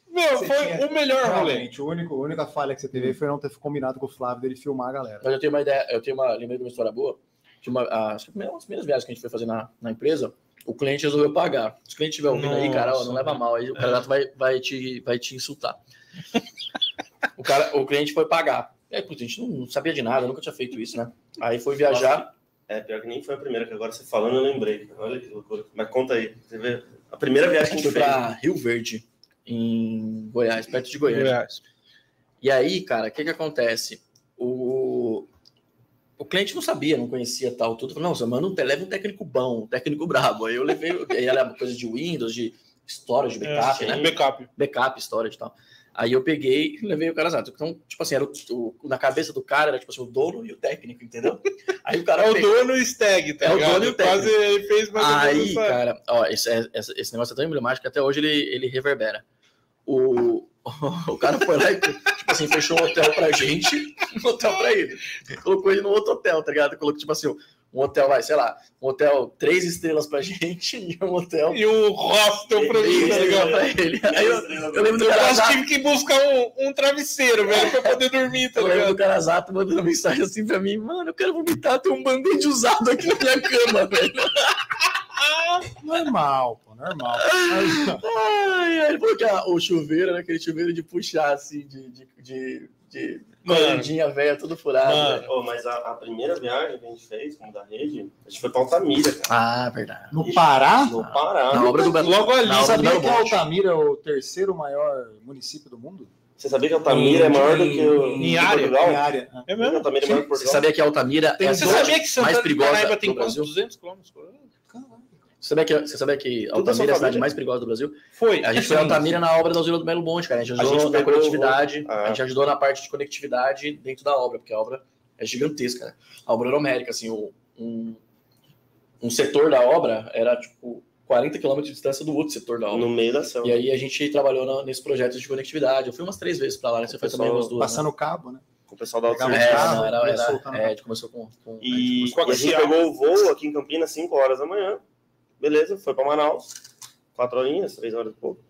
C: Meu,
B: Você
C: foi
B: tinha-
C: o melhor rolê.
B: Realmente, o único, a única falha que você teve aí foi não ter combinado com o Flávio dele filmar a galera.
D: Mas eu tenho uma ideia, eu tenho uma, lembrei de uma história boa. De uma, a- acho que uma das primeiras viagens que a gente foi fazer na, na empresa, o cliente resolveu pagar. Se o cliente estiver ouvindo aí, cara, ó, não
C: Nossa,
D: leva mal, aí o cara
E: É.
D: vai, vai, te, vai te insultar. o, cara, o cliente foi pagar. E aí, putz, a gente não, não sabia de nada, nunca tinha feito isso, né? Aí foi viajar.
E: É, pior que nem foi a primeira, que agora você falando eu lembrei. Olha que loucura. Mas conta aí. Você vê? A primeira
D: A
E: viagem que a
D: gente
E: gente
D: foi
E: fez.
D: pra Rio Verde, em Goiás, perto de Goiânia. E aí, cara, o que que acontece? O, o cliente não sabia, não conhecia tal, tudo. Falou, não, você manda um, te- leva um técnico bom, um técnico brabo. Aí eu levei, (laughs) aí era uma coisa de Windows, de storage, backup,
E: sim.
D: né?
C: É. Backup.
D: Backup, storage e tal. Aí eu peguei e levei o cara exato. Então, tipo assim, era o- o- na cabeça do cara era tipo assim, o dono e o técnico, entendeu? Aí o cara
C: É o
D: pegou-
C: dono e Stag, tá
D: É o
C: ligado?
D: dono e o
C: Quase ele fez mais ou menos
D: Aí,
C: essa-
D: cara, ó, esse, é- essa- esse negócio é tão emblemático que até hoje ele, ele reverbera. O, (laughs) o cara foi lá e, tipo assim, fechou um hotel pra gente, um hotel pra ele. Colocou ele num outro hotel, tá ligado? Colocou, tipo assim, um hotel, vai, sei lá, um hotel três estrelas pra (laughs) gente e um hotel
C: E o hostel pra mim,
D: três
C: tá
D: estrelas
C: ligado?
D: pra ele. Aí eu, eu lembro do
C: Eu
D: cara
C: quase
D: exato,
C: tive que buscar um, um travesseiro, velho, pra poder dormir, tá
D: eu lembro
C: ligado?
D: do cara exato mandando mensagem assim pra mim, mano, eu quero vomitar, tem um band-aid usado aqui na minha cama, velho.
B: Normal, pô, normal. Mas, ó,
D: Ai, ai, ele falou que a- o chuveiro era aquele chuveiro de puxar, assim, de, de, de, de
C: Mano.
D: cordinha velha, tudo furado. né?
C: Mano.
D: velho.
E: Ô, mas a, a primeira viagem que a gente fez, como da rede, a gente foi pra Altamira, cara.
D: Ah, verdade.
B: no Pará,
E: No Pará.
D: Na obra do Belo
C: Logo ali,
D: na obra do
B: sabia
D: Belo
B: que
D: Monte.
B: Altamira é o terceiro maior município do mundo?
E: Você sabia que Altamira é maior do que o.
C: Em
E: que
C: área,
E: Portugal?
B: Em área. né?
C: É mesmo?
E: Altamira é maior que
D: Você
E: Portugal.
D: sabia que Altamira é a
C: Você
D: zona
C: sabia que Santana
D: mais
C: de
D: perigosa
C: Parnaíba
D: do
C: tem quantos?
D: Brasil?
C: 200 quilômetros?
B: Caralho.
D: Você sabia que, você sabia que
E: a sua
D: Altamira é a cidade
E: família?
D: mais perigosa do Brasil?
C: Foi.
D: A gente foi em Altamira na obra da usina do Belo Monte, cara. A gente ajudou
E: é gente
D: na
E: pegou-
D: conectividade,
E: Ah.
D: a gente ajudou na parte de conectividade dentro da obra, porque a obra é gigantesca, né? A obra aeromérica, assim, o- um, um setor da obra era, tipo, 40 quilômetros de distância do outro setor da obra.
E: No meio da selva.
D: E aí a gente trabalhou na- nesse projeto de conectividade. Eu fui umas três vezes pra lá, né? Você foi
E: Pessoal,
D: também umas duas.
B: Passando o cabo, né?
E: Com o pessoal da
D: né?
E: Altamira.
D: É,
B: carro,
D: não, era,
B: começou
D: era,
B: com-
D: é, a gente começou com. com- a gente
E: E,
D: começou-
E: e a gente pegou o voo aqui em Campinas, 5 horas da manhã. Beleza, foi para Manaus. 4 horinhas, 3 horas e pouco.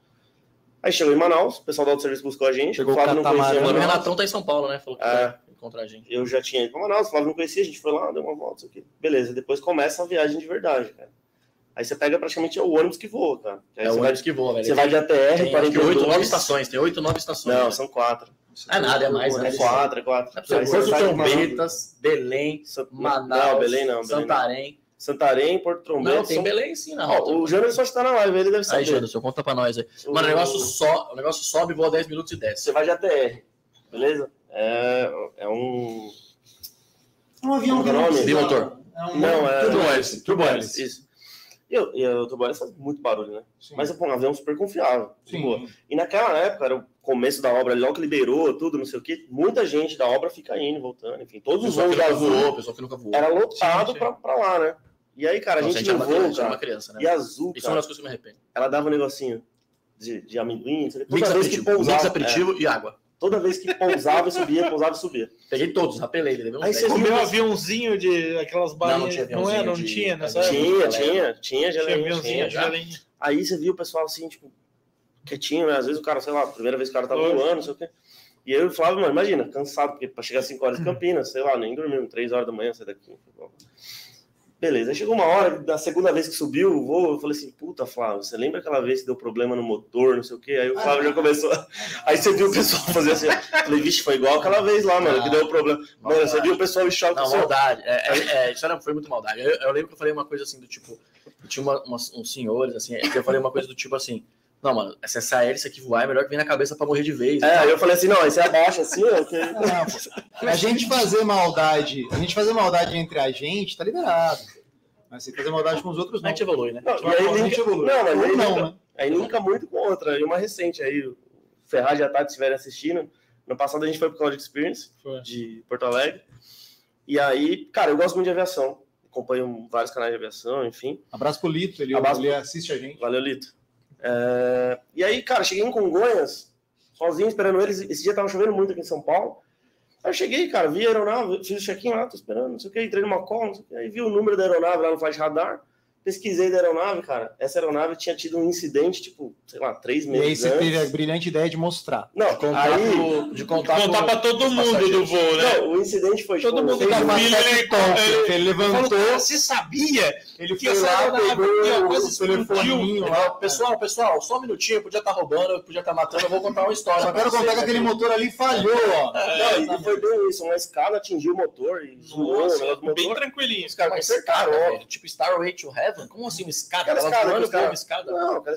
E: Aí chegou em Manaus, o pessoal do auto serviço buscou a gente.
B: Chegou
E: o Flávio
B: o
E: não conhecia
B: catamarã.
D: Mano, o
E: Manaus.
D: Renatão tá em São Paulo, né? Falou que
E: É.
D: ia encontrar a gente.
E: Eu já tinha ido para Manaus, o Flávio não conhecia, a gente foi lá, deu uma volta, isso aqui. Beleza, depois começa a viagem de verdade, cara. Aí você pega praticamente o ônibus que voa, cara. Aí
D: É
E: você
D: o
E: vai,
D: ônibus que voa, velho.
E: você vai de ATR,
D: tem, acho que
E: 48
D: oito, nove estações. Tem oito, nove estações. né?
E: Não, são 4.
D: Ah, nada, é mais, né?
E: É 4, é 4.
D: Porto Trombetas, Belém, tá? Manaus,
E: Não, Belém não. Belém não.
D: Santarém.
E: Santarém, Porto
D: Não,
E: Trombetas.
D: tem
E: são-
D: Belém sim, não.
E: Ó, o Jânio só está na live, ele deve
D: Aí,
E: saber.
D: Janderson, conta pra nós aí. Mano, o negócio, so... o negócio sobe, voa 10 minutos e desce.
E: Você vai de ATR, beleza? É, é um.
B: É um avião
E: Como que é o nome?
D: Bimotor.
B: É um-
E: Não, é.
D: Hélice, turbo hélice.
E: Isso. E eu, e eu trabalho, faz muito barulho, né?
B: Sim.
E: Mas pô, um avião super confiável. de (laughs)
B: Sim.
E: boa. E naquela época, era o começo da obra, logo que liberou tudo, não sei o quê, muita gente da obra fica indo, voltando, enfim. Todos os
D: Pessoal que
E: voos da
D: nunca voou,
E: Azul
D: pessoal que nunca voou. Então,
E: era lotado
C: sim.
E: pra, pra lá, né? E aí, cara, a
D: Nossa,
E: gente
D: era
E: não
D: uma
E: voa,
D: criança, era uma
E: cara.
D: criança, né?
E: E a Azul,
D: Isso é uma
E: cara,
D: das coisas que eu me arrependo.
E: ela dava um negocinho de, de amendoim, não sei o quê.
D: Mix
E: toda vez que
D: aperitivo, mix
E: pousava, é,
D: aperitivo e água.
E: toda vez que pousava e subia, pousava e subia.
D: Peguei todos, rapelei, levei uns
E: Aí
D: 10.
E: você
C: Comeu aviãozinho de aquelas
D: Não, não
C: balinhas.
D: tinha
C: Não, era, não
D: aviãozinho de-
C: tinha, né?
D: Ah,
C: Sabe?
E: tinha,
D: galera.
E: tinha, tinha,
C: Tinha
E: geladinho,
C: aviãozinho
E: tinha,
C: de galinha.
E: Aí você via o pessoal assim, tipo, quietinho, né? Às vezes o cara, sei lá, primeira vez que o cara tava
C: Foi.
E: voando, não sei o quê. E eu e o Flávio, mano, imagina, cansado, porque pra chegar às 5 horas em Campinas, sei lá, nem dormimos, 3 horas da manhã, sai daqui. Beleza, aí chegou uma hora, da segunda vez que subiu o voo, eu falei assim, puta, Flávio, você lembra aquela vez que deu problema no motor, não sei o quê? Aí o Flávio já começou, (laughs) aí você viu o pessoal fazer assim, ó. falei, vixe, foi igual aquela vez lá, mano, que deu problema. Mano, você viu o pessoal em choque,
D: Não,
E: assim, ó.
D: maldade. É, é, é, isso era, foi muito maldade. Eu, eu lembro que eu falei uma coisa assim do tipo. Tinha uma, umas- uns senhores, assim, que eu falei uma coisa do tipo assim. Não, mano, se essa hélice aqui voar, é melhor que vir na cabeça pra morrer de vez.
E: É, aí eu falei assim, não, aí você abaixa assim, ó, que...
B: Não, pô. A gente fazer maldade, a gente fazer maldade entre a gente, tá liberado. Mas se fazer maldade com os outros,
D: a
B: não.
D: gente evolui, né?
E: Não,
B: Tipo,
E: e aí
B: a gente
E: liga-
B: evolui.
E: Não, mas tá
B: Ou
E: aí liga-
B: não, né?
E: Aí nunca muito com outra. E uma recente aí, o Ferraz e a Tati estiverem assistindo. No passado a gente foi pro College Experience
C: Foi.
E: de Porto Alegre. E aí, cara, eu gosto muito de aviação. Acompanho vários canais de aviação, enfim.
B: Abraço pro Lito, ele,
E: Abraço.
B: ele assiste a gente.
E: Valeu, Lito. É, E aí, cara, cheguei em Congonhas, sozinho, esperando eles. Esse dia tava chovendo muito aqui em São Paulo. Aí eu cheguei, cara, vi a aeronave, fiz o check-in lá, tô esperando, não sei o que, entrei numa call, não sei o que, aí vi o número da aeronave lá no Flash Radar, pesquisei da aeronave, cara, essa aeronave tinha tido um incidente, tipo, sei lá, três
B: E aí
E: meses
B: você
E: antes.
B: teve a brilhante ideia de mostrar.
E: Não, aí...
D: de contato.
C: Contar pra todo
D: os
C: mundo do
D: passageiros.
C: voo, né?
E: Não, o incidente foi, tipo,
C: Todo mundo
E: fez
B: um
C: tá
E: uma-
C: vindo. Ele-
B: ele, ele levantou,
D: Você sabia?
B: ele
D: que
B: foi
D: essa
B: lá,
D: aeronave tinha
B: pegou
D: coisa
B: o telefoninho
D: Ele
B: lá.
D: fala, Pessoal, pessoal, só um minutinho, eu podia estar roubando, eu podia estar matando, eu vou contar uma história.
B: Só
D: pra
B: quero
D: vocês
B: contar que aquele
D: aqui."
B: motor ali falhou,
E: É,
B: ó.
E: Não, e foi bem isso, uma escada atingiu o motor e zoou o negócio do
C: Nossa, bem
E: motor.
C: tranquilinho.
E: Os caras
D: Mas
E: consertaram,
D: escada,
E: ó.
D: velho, Tipo Starway to Heaven? Como assim uma escada?
E: Aquela
D: Ela
E: escada
D: voando
E: que os caras-
D: por uma escada?
E: Não, cara,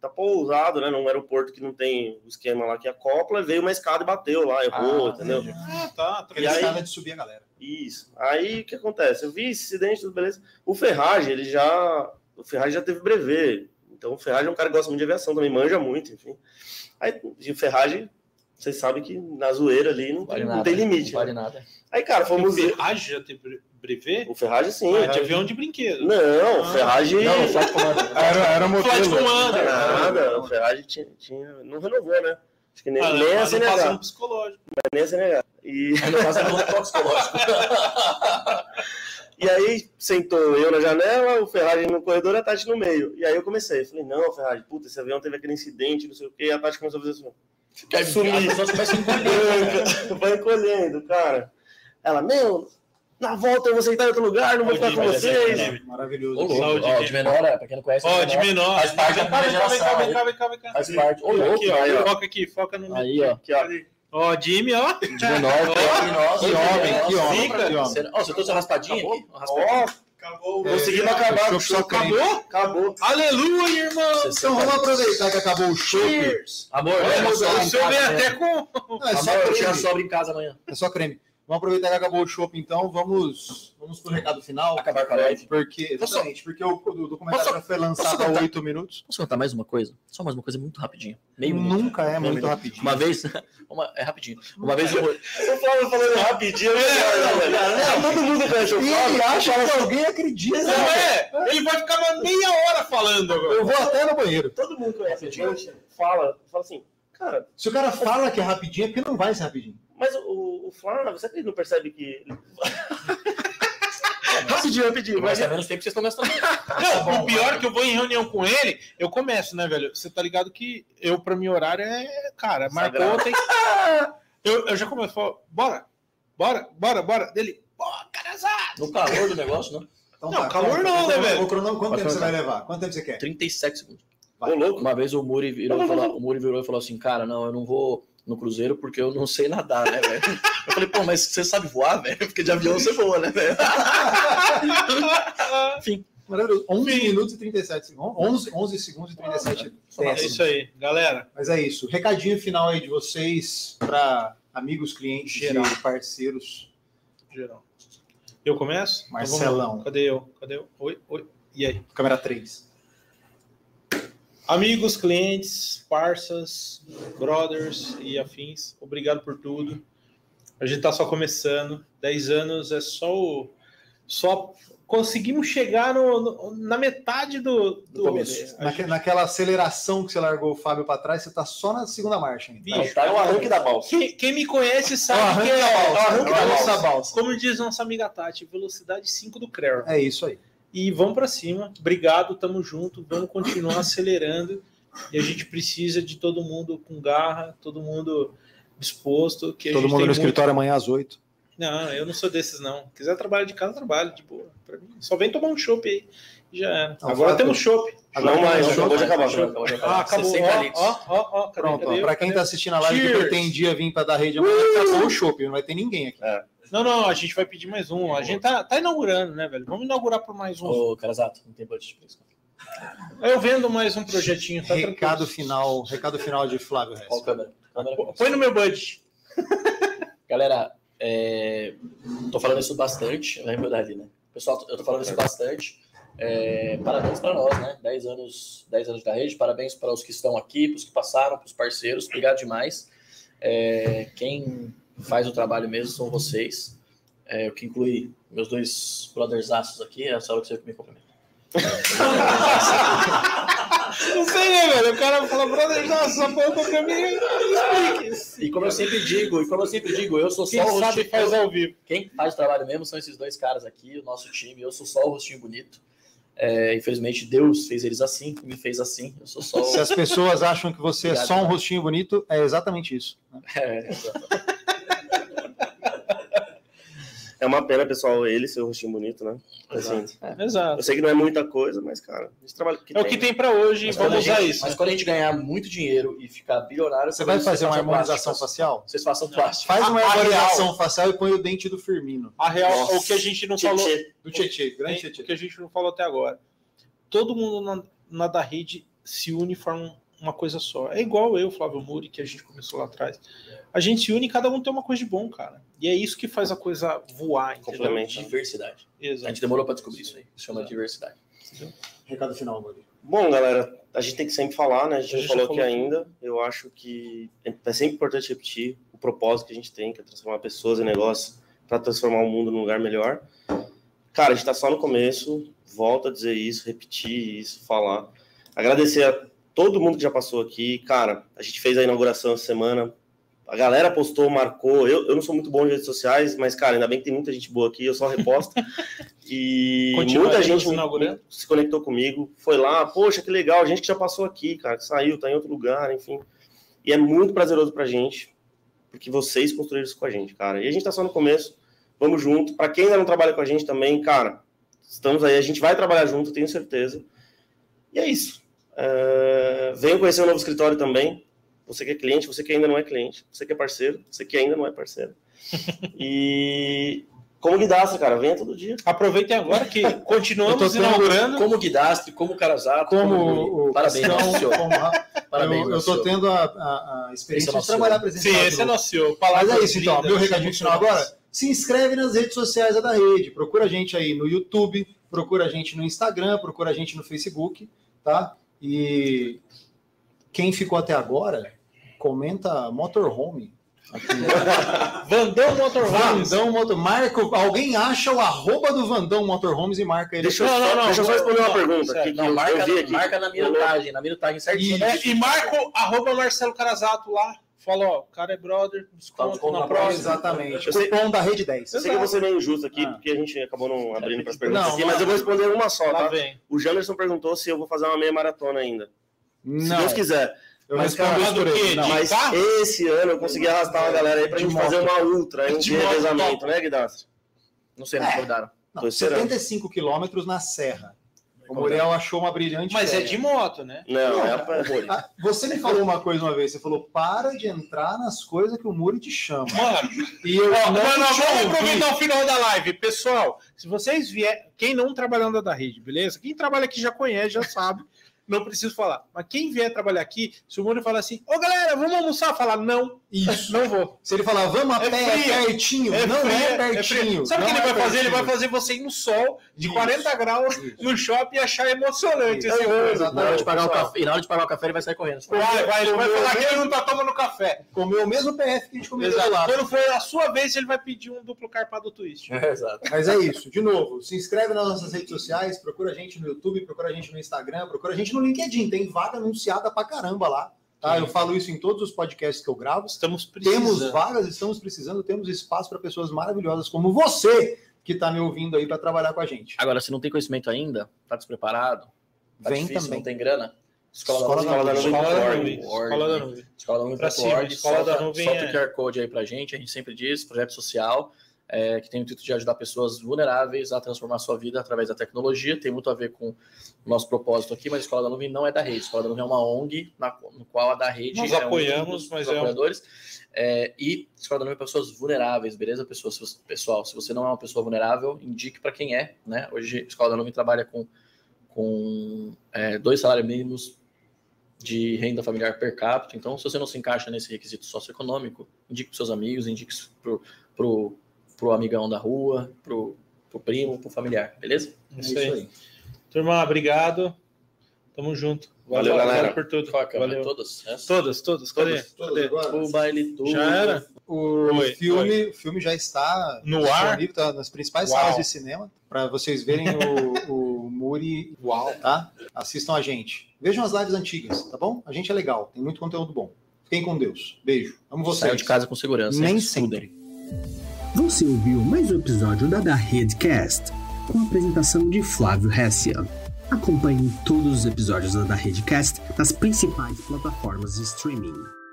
E: tá pousado, né? Num aeroporto que não tem o esquema lá que acopla, veio uma escada e bateu lá, errou,
D: Ah,
E: entendeu?
C: Ah, tá.
E: E
B: Aquela
E: aí-
B: escada de subir a galera.
E: Isso. Aí o que acontece? Eu vi esse acidente, tudo beleza. O Ferragem, ele já. O Ferragem já teve brevet. Então o Ferragem é um cara que gosta muito de aviação, também manja muito, enfim. Aí e o Ferragem, vocês sabem que na zoeira ali não,
D: Vale
E: tem- não
D: nada,
E: tem limite.
D: Não vale
E: né?
D: nada.
E: Aí, cara,
C: O
E: fomos.
C: Ferrage já teve brevet?
E: O Ferragem sim.
C: Ah,
E: né?
C: de avião de brinquedo.
E: Não, o
C: Ah.
E: Ferragem.
D: Não, Flight Commander.
B: Era, era
C: Flight
E: Não,
C: Commander.
E: nada. O Ferrari tinha, tinha- não renovou, né? Acho que nem,
C: Ah,
E: nem a
D: né,
C: mas não passa
E: CNH.
C: no psicológico.
E: Nem a CNH. E,
D: Aí no caso é um toxicológico.
E: (laughs) e aí sentou eu na janela, o Ferrari no corredor e a Tati no meio. E aí eu comecei. Falei, não, Ferrari, puta, esse avião teve aquele incidente, não sei o quê. E a Tati começou a fazer assim.
D: Que aí
E: Sumir.
D: A pessoa começa a encolher. né, cara?
E: ó, Vai encolhendo, cara. Ela, meu, na volta eu vou sentar em outro lugar, não vou ficar com
C: Mas é
E: vocês.
C: verdade.
B: Maravilhoso.
D: Ô, louco.
C: Saúde,
D: Ó,
C: gente.
D: de menor, é, pra quem não conhece.
C: Ó,
D: de
C: de
D: menor.
C: menor.
D: Faz parte da primeira
C: Vem cá, vem cá,
D: geração.
C: vem cá, vem cá.
D: Faz parte. Ô, louco.
C: Aqui, ó.
E: Aí, ó.
C: Foca aqui, foca no...
D: Aí, ó.
E: Aqui, ó.
C: Ó, Jimmy, ó.
D: De menor, pior, menor.
B: é Que homem, que homem, que homem.
D: Ó, você trouxe a raspadinha aqui? Uma raspadinha.
E: Ó,
C: Acabou.
E: conseguimos acabar com o show.
B: Acabou?
E: Acabou.
C: Aleluia, irmão.
B: Então vamos aproveitar que acabou o show.
D: Amor,
B: Vamos,
D: só
C: O
D: em
C: seu
D: casa,
C: vem
D: né?
C: até com... um
B: Não, é só
D: Amor, eu tinha
B: creme.
D: sobra em casa amanhã.
B: É só creme. Vamos aproveitar que acabou o show, então vamos, vamos pro recado final.
D: Acabar com a live.
B: Porque,
D: Posso-
B: exatamente, porque o, o documentário
D: Posso-
B: já foi lançado
D: posso
B: há
D: contar?
B: oito minutos.
D: Posso contar mais uma coisa? Só mais uma coisa muito rapidinho. Meio minuto.
B: Nunca é
D: Meio
B: muito
D: minuto.
B: rapidinho.
D: Uma vez. (laughs) uma- é rapidinho. Uma vez eu.
E: O Flávio falando rapidinho. é melhor, né, velho? Todo mundo conhece o
B: E
E: Flávio.
B: ele acha que alguém acredita.
C: Não é? Ele vai ficar uma meia hora falando agora.
B: Eu vou até no banheiro.
E: todo mundo conhece a gente, fala, fala assim, cara,
B: Se o cara fala que é rapidinho, é porque não vai ser rapidinho.
E: mas o, o Flávio, você que ele não percebe que. ele- rapidinho, rapidinho,
D: Mas
E: mas
D: tá vendo o tempo que vocês estão gastando.
C: Não, o pior é que eu vou em reunião com ele, eu começo, né, velho? Você tá ligado que eu, pra mim, horário é. Cara, marcou
E: Sagrado.
C: ontem. Eu, eu já começo, falo, bora, bora, bora, bora. Dele, pô, carazada.
D: No calor do negócio, né?
B: Então,
C: Não, calor não,
B: então,
C: né,
B: então,
C: velho?
B: o cronômetro- quanto
D: Vai
B: tempo você vai
D: colocar.
B: levar? Quanto tempo você quer?
D: 37 segundos.
E: Ô, louco.
D: Uma vez o Muri virou, e falou, o Muri virou e falou assim, cara, não, eu não vou no cruzeiro porque eu não sei nadar, né, velho? Eu falei, pô, mas você sabe voar, velho? Porque de avião você voa, né, velho?
B: Maravilhoso. 11
C: Sim.
B: minutos e 37 segundos. Ah, 11, 11 segundos e 37
C: É
B: décimos.
C: isso aí, galera.
B: Mas é isso. Recadinho final aí de vocês para amigos, clientes
C: Geral.
B: e parceiros.
C: Geral. Eu começo? Então vamos lá.
B: Marcelão.
C: Cadê eu? Cadê eu? Oi, oi. E aí?
B: Câmera 3.
C: Amigos, clientes, parças, brothers e afins, obrigado por tudo. A gente tá só começando. 10 anos é só o. Só conseguimos chegar no- no- na metade do, do
D: começo.
C: A gente-
B: Naque- naquela aceleração que você largou o Fábio para trás, você tá só na segunda marcha ainda.
C: Bicho,
E: tá o arranque da balsa.
C: Quem, quem me conhece
B: É o
C: sabe
B: arranque
C: que é.
B: da balsa,
E: arranque
B: é o
E: da
B: arranque
E: balsa.
B: da balsa.
C: Como diz nossa amiga Tati, velocidade 5 do Creu.
B: É isso aí.
C: E vamos para cima. Obrigado, tamo junto. Vamos continuar acelerando. E a gente precisa de todo mundo com garra, todo mundo disposto. Que a
B: Todo
C: gente
B: mundo
C: tem
B: no
C: muito
B: escritório amanhã às 8.
C: Não, eu não sou desses, não. Quiser trabalho de casa, trabalho, de boa. Pra mim, só vem tomar um chopp aí. Já era.
B: Não,
C: Agora
B: fato.
C: temos chopp.
E: Não mais, acabou de acabar.
B: né?
D: Show, acabou de acabar.
C: Ah, acabou.
D: 60 litros.
C: Ó, ó, ó, ó. Cadê,
B: Pronto,
C: cadê?
B: ó, pra quem tá assistindo a live que
C: Cheers.
B: pretendia vir pra dar rede amanhã, acabou o shopping, não vai ter ninguém aqui.
C: Não, não, a gente vai pedir mais um. A gente tá, tá inaugurando, né, velho? Vamos inaugurar por mais um.
D: Ô, Carasato, não tem budget pra isso.
C: Eu vendo mais um projetinho. Tá tranquilo.
B: Recado final, recado final de Flávio
D: Qual
B: Hess.
D: câmera? Câmera.
C: Pô- Põe no meu budget.
D: Galera, é, tô falando isso bastante, na verdade, né? Pessoal, eu tô falando isso bastante. É, parabéns para nós, né? 10 anos, 10 anos da rede, parabéns para os que estão aqui, para os que passaram, para os parceiros, obrigado demais. É, quem faz o trabalho mesmo são vocês, é, o que inclui meus dois brothers aços aqui, é só hora que você me cumprimenta.
C: Não sei, né, velho? O cara fala, brother, já só aponta pra mim. Explique.
D: E como eu sempre digo, e como eu sempre digo, eu sou
C: Quem
D: só o
C: sabe
D: rostinho.
C: faz ao vivo.
D: Quem faz o trabalho mesmo são esses dois caras aqui, o nosso time. Eu sou só o rostinho bonito. É, infelizmente, Deus fez eles assim, me fez assim. Eu sou só
B: Se
D: o.
B: as pessoas acham que você é
D: Obrigado,
B: só um
D: cara.
B: rostinho bonito, é exatamente isso. né?
D: (laughs) É,
E: É uma pena, pessoal, ele ser o rostinho bonito, né? Assim,
C: Exato.
E: eu sei que não é muita coisa, mas, cara, esse trabalho que né?
C: É o que tem pra hoje,
D: Mas quando, a
C: vamos usar
D: gente,
C: isso.
D: mas quando a gente ganhar muito dinheiro e ficar bilionário,
B: Você vai
D: vocês
B: fazer uma
D: façam
B: harmonização
D: plásticas.
B: facial?
D: Vocês façam plástico.
B: Faz uma
C: A- a
B: harmonização facial e põe o dente do Firmino.
C: A real,
E: Nossa.
C: o que a gente não falou,
E: Tietê.
B: Do Tietê, grande
C: o
B: Tietê.
C: que a gente não falou até agora. Todo mundo na, na da rede se une e forma uma coisa só. É igual eu, Flávio Muri, que a gente começou lá atrás. A gente se une e cada um tem uma coisa de bom, cara. E é isso que faz a coisa voar, entendeu?
E: Complementa.
D: Diversidade. A
C: Exato.
D: gente demorou pra descobrir isso aí. Isso chama diversidade.
B: Recado final, Mori.
E: Bom, galera, a gente tem que sempre falar, né? A gente,
C: A gente
E: não falou
C: já
E: aqui
C: falou
E: ainda. Eu acho que é sempre importante repetir o propósito que a gente tem, que é transformar pessoas e negócios para transformar o mundo num lugar melhor. Cara, a gente tá só no começo. Volta a dizer isso, repetir isso, falar. Agradecer a todo mundo que já passou aqui. Cara, a gente fez a inauguração essa semana. A galera postou, marcou. Eu, eu não sou muito bom em redes sociais, mas, cara, ainda bem que tem muita gente boa aqui. Eu só reposto. E muita
C: Continuaremos
E: gente
C: inaugurando.
E: se conectou comigo, foi lá, poxa, que legal, gente que já passou aqui, cara, que saiu, tá em outro lugar, enfim. E é muito prazeroso pra gente, porque vocês construíram isso com a gente, cara. E a gente tá só no começo, vamos junto. Pra quem ainda não trabalha com a gente também, cara, estamos aí, a gente vai trabalhar junto, tenho certeza. E é isso. É, Venham conhecer o novo escritório também. Você que é cliente, você que ainda não é cliente, você que é parceiro, você que ainda não é parceiro. E como guidaça, cara, venha todo dia.
C: Aproveitem agora que
B: Eu tô
C: continuamos
B: tão-
C: inaugurando.
D: Como guidastro, como carazato,
B: Como o
D: Yuri. Parabéns,
B: Cascão,
D: nosso senhor.
B: como a-
D: Parabéns,
B: eu, eu
D: nosso
B: tô
D: senhor.
B: tendo a, a- a experiência
D: Esse é
B: de
D: nosso
B: trabalhar
C: Sim,
B: presencial. de
C: esse é
B: novo.
C: nosso senhor.
B: Mas
C: Palavras
B: é isso então,
C: lindas,
B: meu recadinho final
C: emocionantes.
B: agora. Se inscreve nas redes sociais da rede, procura a gente aí no YouTube, procura a gente no Instagram, procura a gente no Facebook, tá? E quem ficou até agora, comenta motorhome.
C: Vandão Motorhomes.
B: Vandão Motor, marco, alguém acha o arroba do Vandão Motorhomes e marca ele.
E: Deixa eu,
C: Não,
E: só,
C: não, não,
E: deixa eu só
C: não,
E: responder uma
C: não,
E: pergunta.
C: sério,
E: que, que
D: Não,
E: eu, eu
D: marca,
E: vi aqui.
D: marca na minutagem, na minutagem certinho. né?
C: É, e marca o arroba Marcelo Carazato lá. Fala, ó, o cara é brother,
D: Tá,
C: desconto
D: desconto
C: na
D: na
C: próxima.
B: Exatamente.
E: Eu sei-
B: Cupom da Rede 10.
E: Eu sei que eu vou ser meio injusto aqui,
B: Ah.
E: porque a gente acabou não abrindo para as perguntas
B: Não,
E: aqui,
B: não.
E: mas eu vou responder uma só,
C: Lá
E: tá?
C: vem.
E: O Janderson perguntou se eu vou fazer uma meia maratona ainda. Se
B: Não,
E: Deus quiser.
B: eu
E: Mas,
B: respondo
E: cara,
B: isso por
C: do
B: ele.
C: quê?
B: Não.
C: De
E: Mas
C: carro?
E: esse ano eu consegui arrastar uma galera aí pra
B: De
E: gente
B: moto.
E: fazer uma ultra, hein?
C: De
E: De
C: moto,
E: revezamento, né, Guidastro?
D: Não sei, me acordaram.
B: Não,
E: Tô esperando.
B: 75 quilômetros na serra. O Muriel achou uma brilhante
C: Mas é
B: ideia.
C: de moto, né?
E: Não,
B: Não,
E: é a pé.
B: Ah, Você me falou uma coisa uma vez, você falou, para de entrar nas coisas que o Muri te chama.
C: Mano,
B: E eu
C: ó,
B: não,
C: não, não,
B: te
C: vamos
B: ouvi.
C: aproveitar o final da live. Pessoal, se vocês vier, quem não trabalha na da rede, beleza? Quem trabalha aqui já conhece, já sabe. Não preciso falar. Mas quem vier trabalhar aqui, se o Mônio falar assim, ô galera, vamos almoçar? Falar, não,
B: Isso.
C: não vou.
B: Se ele falar, vamos a
C: É
B: pé,
C: fria.
B: é pertinho.
C: É
B: não
C: fria,
B: é
C: é
B: pertinho.
C: Sabe o que
B: não
C: ele
B: é
C: vai fazer? Ele vai
B: pertinho.
C: fazer você ir no sol, de
B: Isso.
C: 40 graus,
B: Isso.
C: no shopping e achar emocionante. esse
D: Tá Na hora de
B: Exatamente.
D: pagar o café, e na hora de pagar o café, ele vai sair correndo.
C: Vai, vai, ele vai falar que ele não tá tomando café.
B: Comeu o mesmo PF que a gente comeu lá.
C: Quando for a sua vez, ele vai pedir um duplo carpado twist.
D: (laughs) Exato.
B: Mas é isso. De novo, se inscreve nas nossas redes sociais, procura a gente no YouTube, procura a gente no Instagram, procura a gente no LinkedIn. Tem vaga anunciada pra caramba lá. Tá? Eu falo isso em todos os podcasts que eu gravo.
C: Estamos
B: Temos vagas, estamos precisando, temos espaço para pessoas maravilhosas como você que está me ouvindo aí para trabalhar com a gente.
D: Agora, se não tem conhecimento ainda, tá despreparado, tá
B: Vem
D: difícil,
B: também.
D: não tem grana, escola,
B: Escola
D: da
B: da Nuvem.
D: Nuvem, escola da
C: nuvem.
D: nuvem,
C: Escola da nuvem.
D: escola da nuvem,
C: Pra cima,
D: org,
C: Escola
D: solta-
C: da Nuvem
D: Solta
C: é-
D: o QR Code aí pra gente, a gente sempre diz, projeto social, é, que tem o intuito de ajudar pessoas vulneráveis a transformar sua vida através da tecnologia, tem muito a ver com o nosso propósito aqui, mas a Escola da Nuvem não é da rede, a Escola da Nuvem é uma ONG, na, no qual a da rede
C: Nós
D: é
C: apoiamos,
D: um dos
C: mas é um-
D: apoiadores, é, e Escola da Nuvem é para pessoas vulneráveis, beleza? Pessoas, se você- pessoal, se você não é uma pessoa vulnerável, indique para quem é, né? Hoje a Escola da Nuvem trabalha com, com é, dois salários mínimos de renda familiar per capita. Então, se você não se encaixa nesse requisito socioeconômico, indique para seus amigos, indique pro, pro, pro amigão da rua, pro, pro primo, pro familiar, beleza?
B: É
C: Isso aí. Turma, obrigado. Tamo junto.
E: Valeu, galera.
C: por tudo.
D: Qual a câmera?
C: Valeu.
D: Todas? Essa?
C: Todas, todas. Cadê?
B: Todos agora?
D: O baile todo.
C: Já era?
B: O
C: Oi,
B: filme, o filme já está
C: No ar?
B: disponível, tá nas principais
C: Uau.
B: salas de cinema para vocês verem o, o Muri Uau, tá? Assistam a gente. Vejam as lives antigas, tá bom? A gente é legal, tem muito conteúdo bom. Fiquem com Deus. Beijo. Amo vocês.
D: Saiam de casa com segurança. hein?
B: Nem
D: Estudem.
B: sempre.
A: Você ouviu mais um episódio da Da Redcast, com a apresentação de Flávio Hessia. Acompanhe todos os episódios da Da Redcast nas principais plataformas de streaming.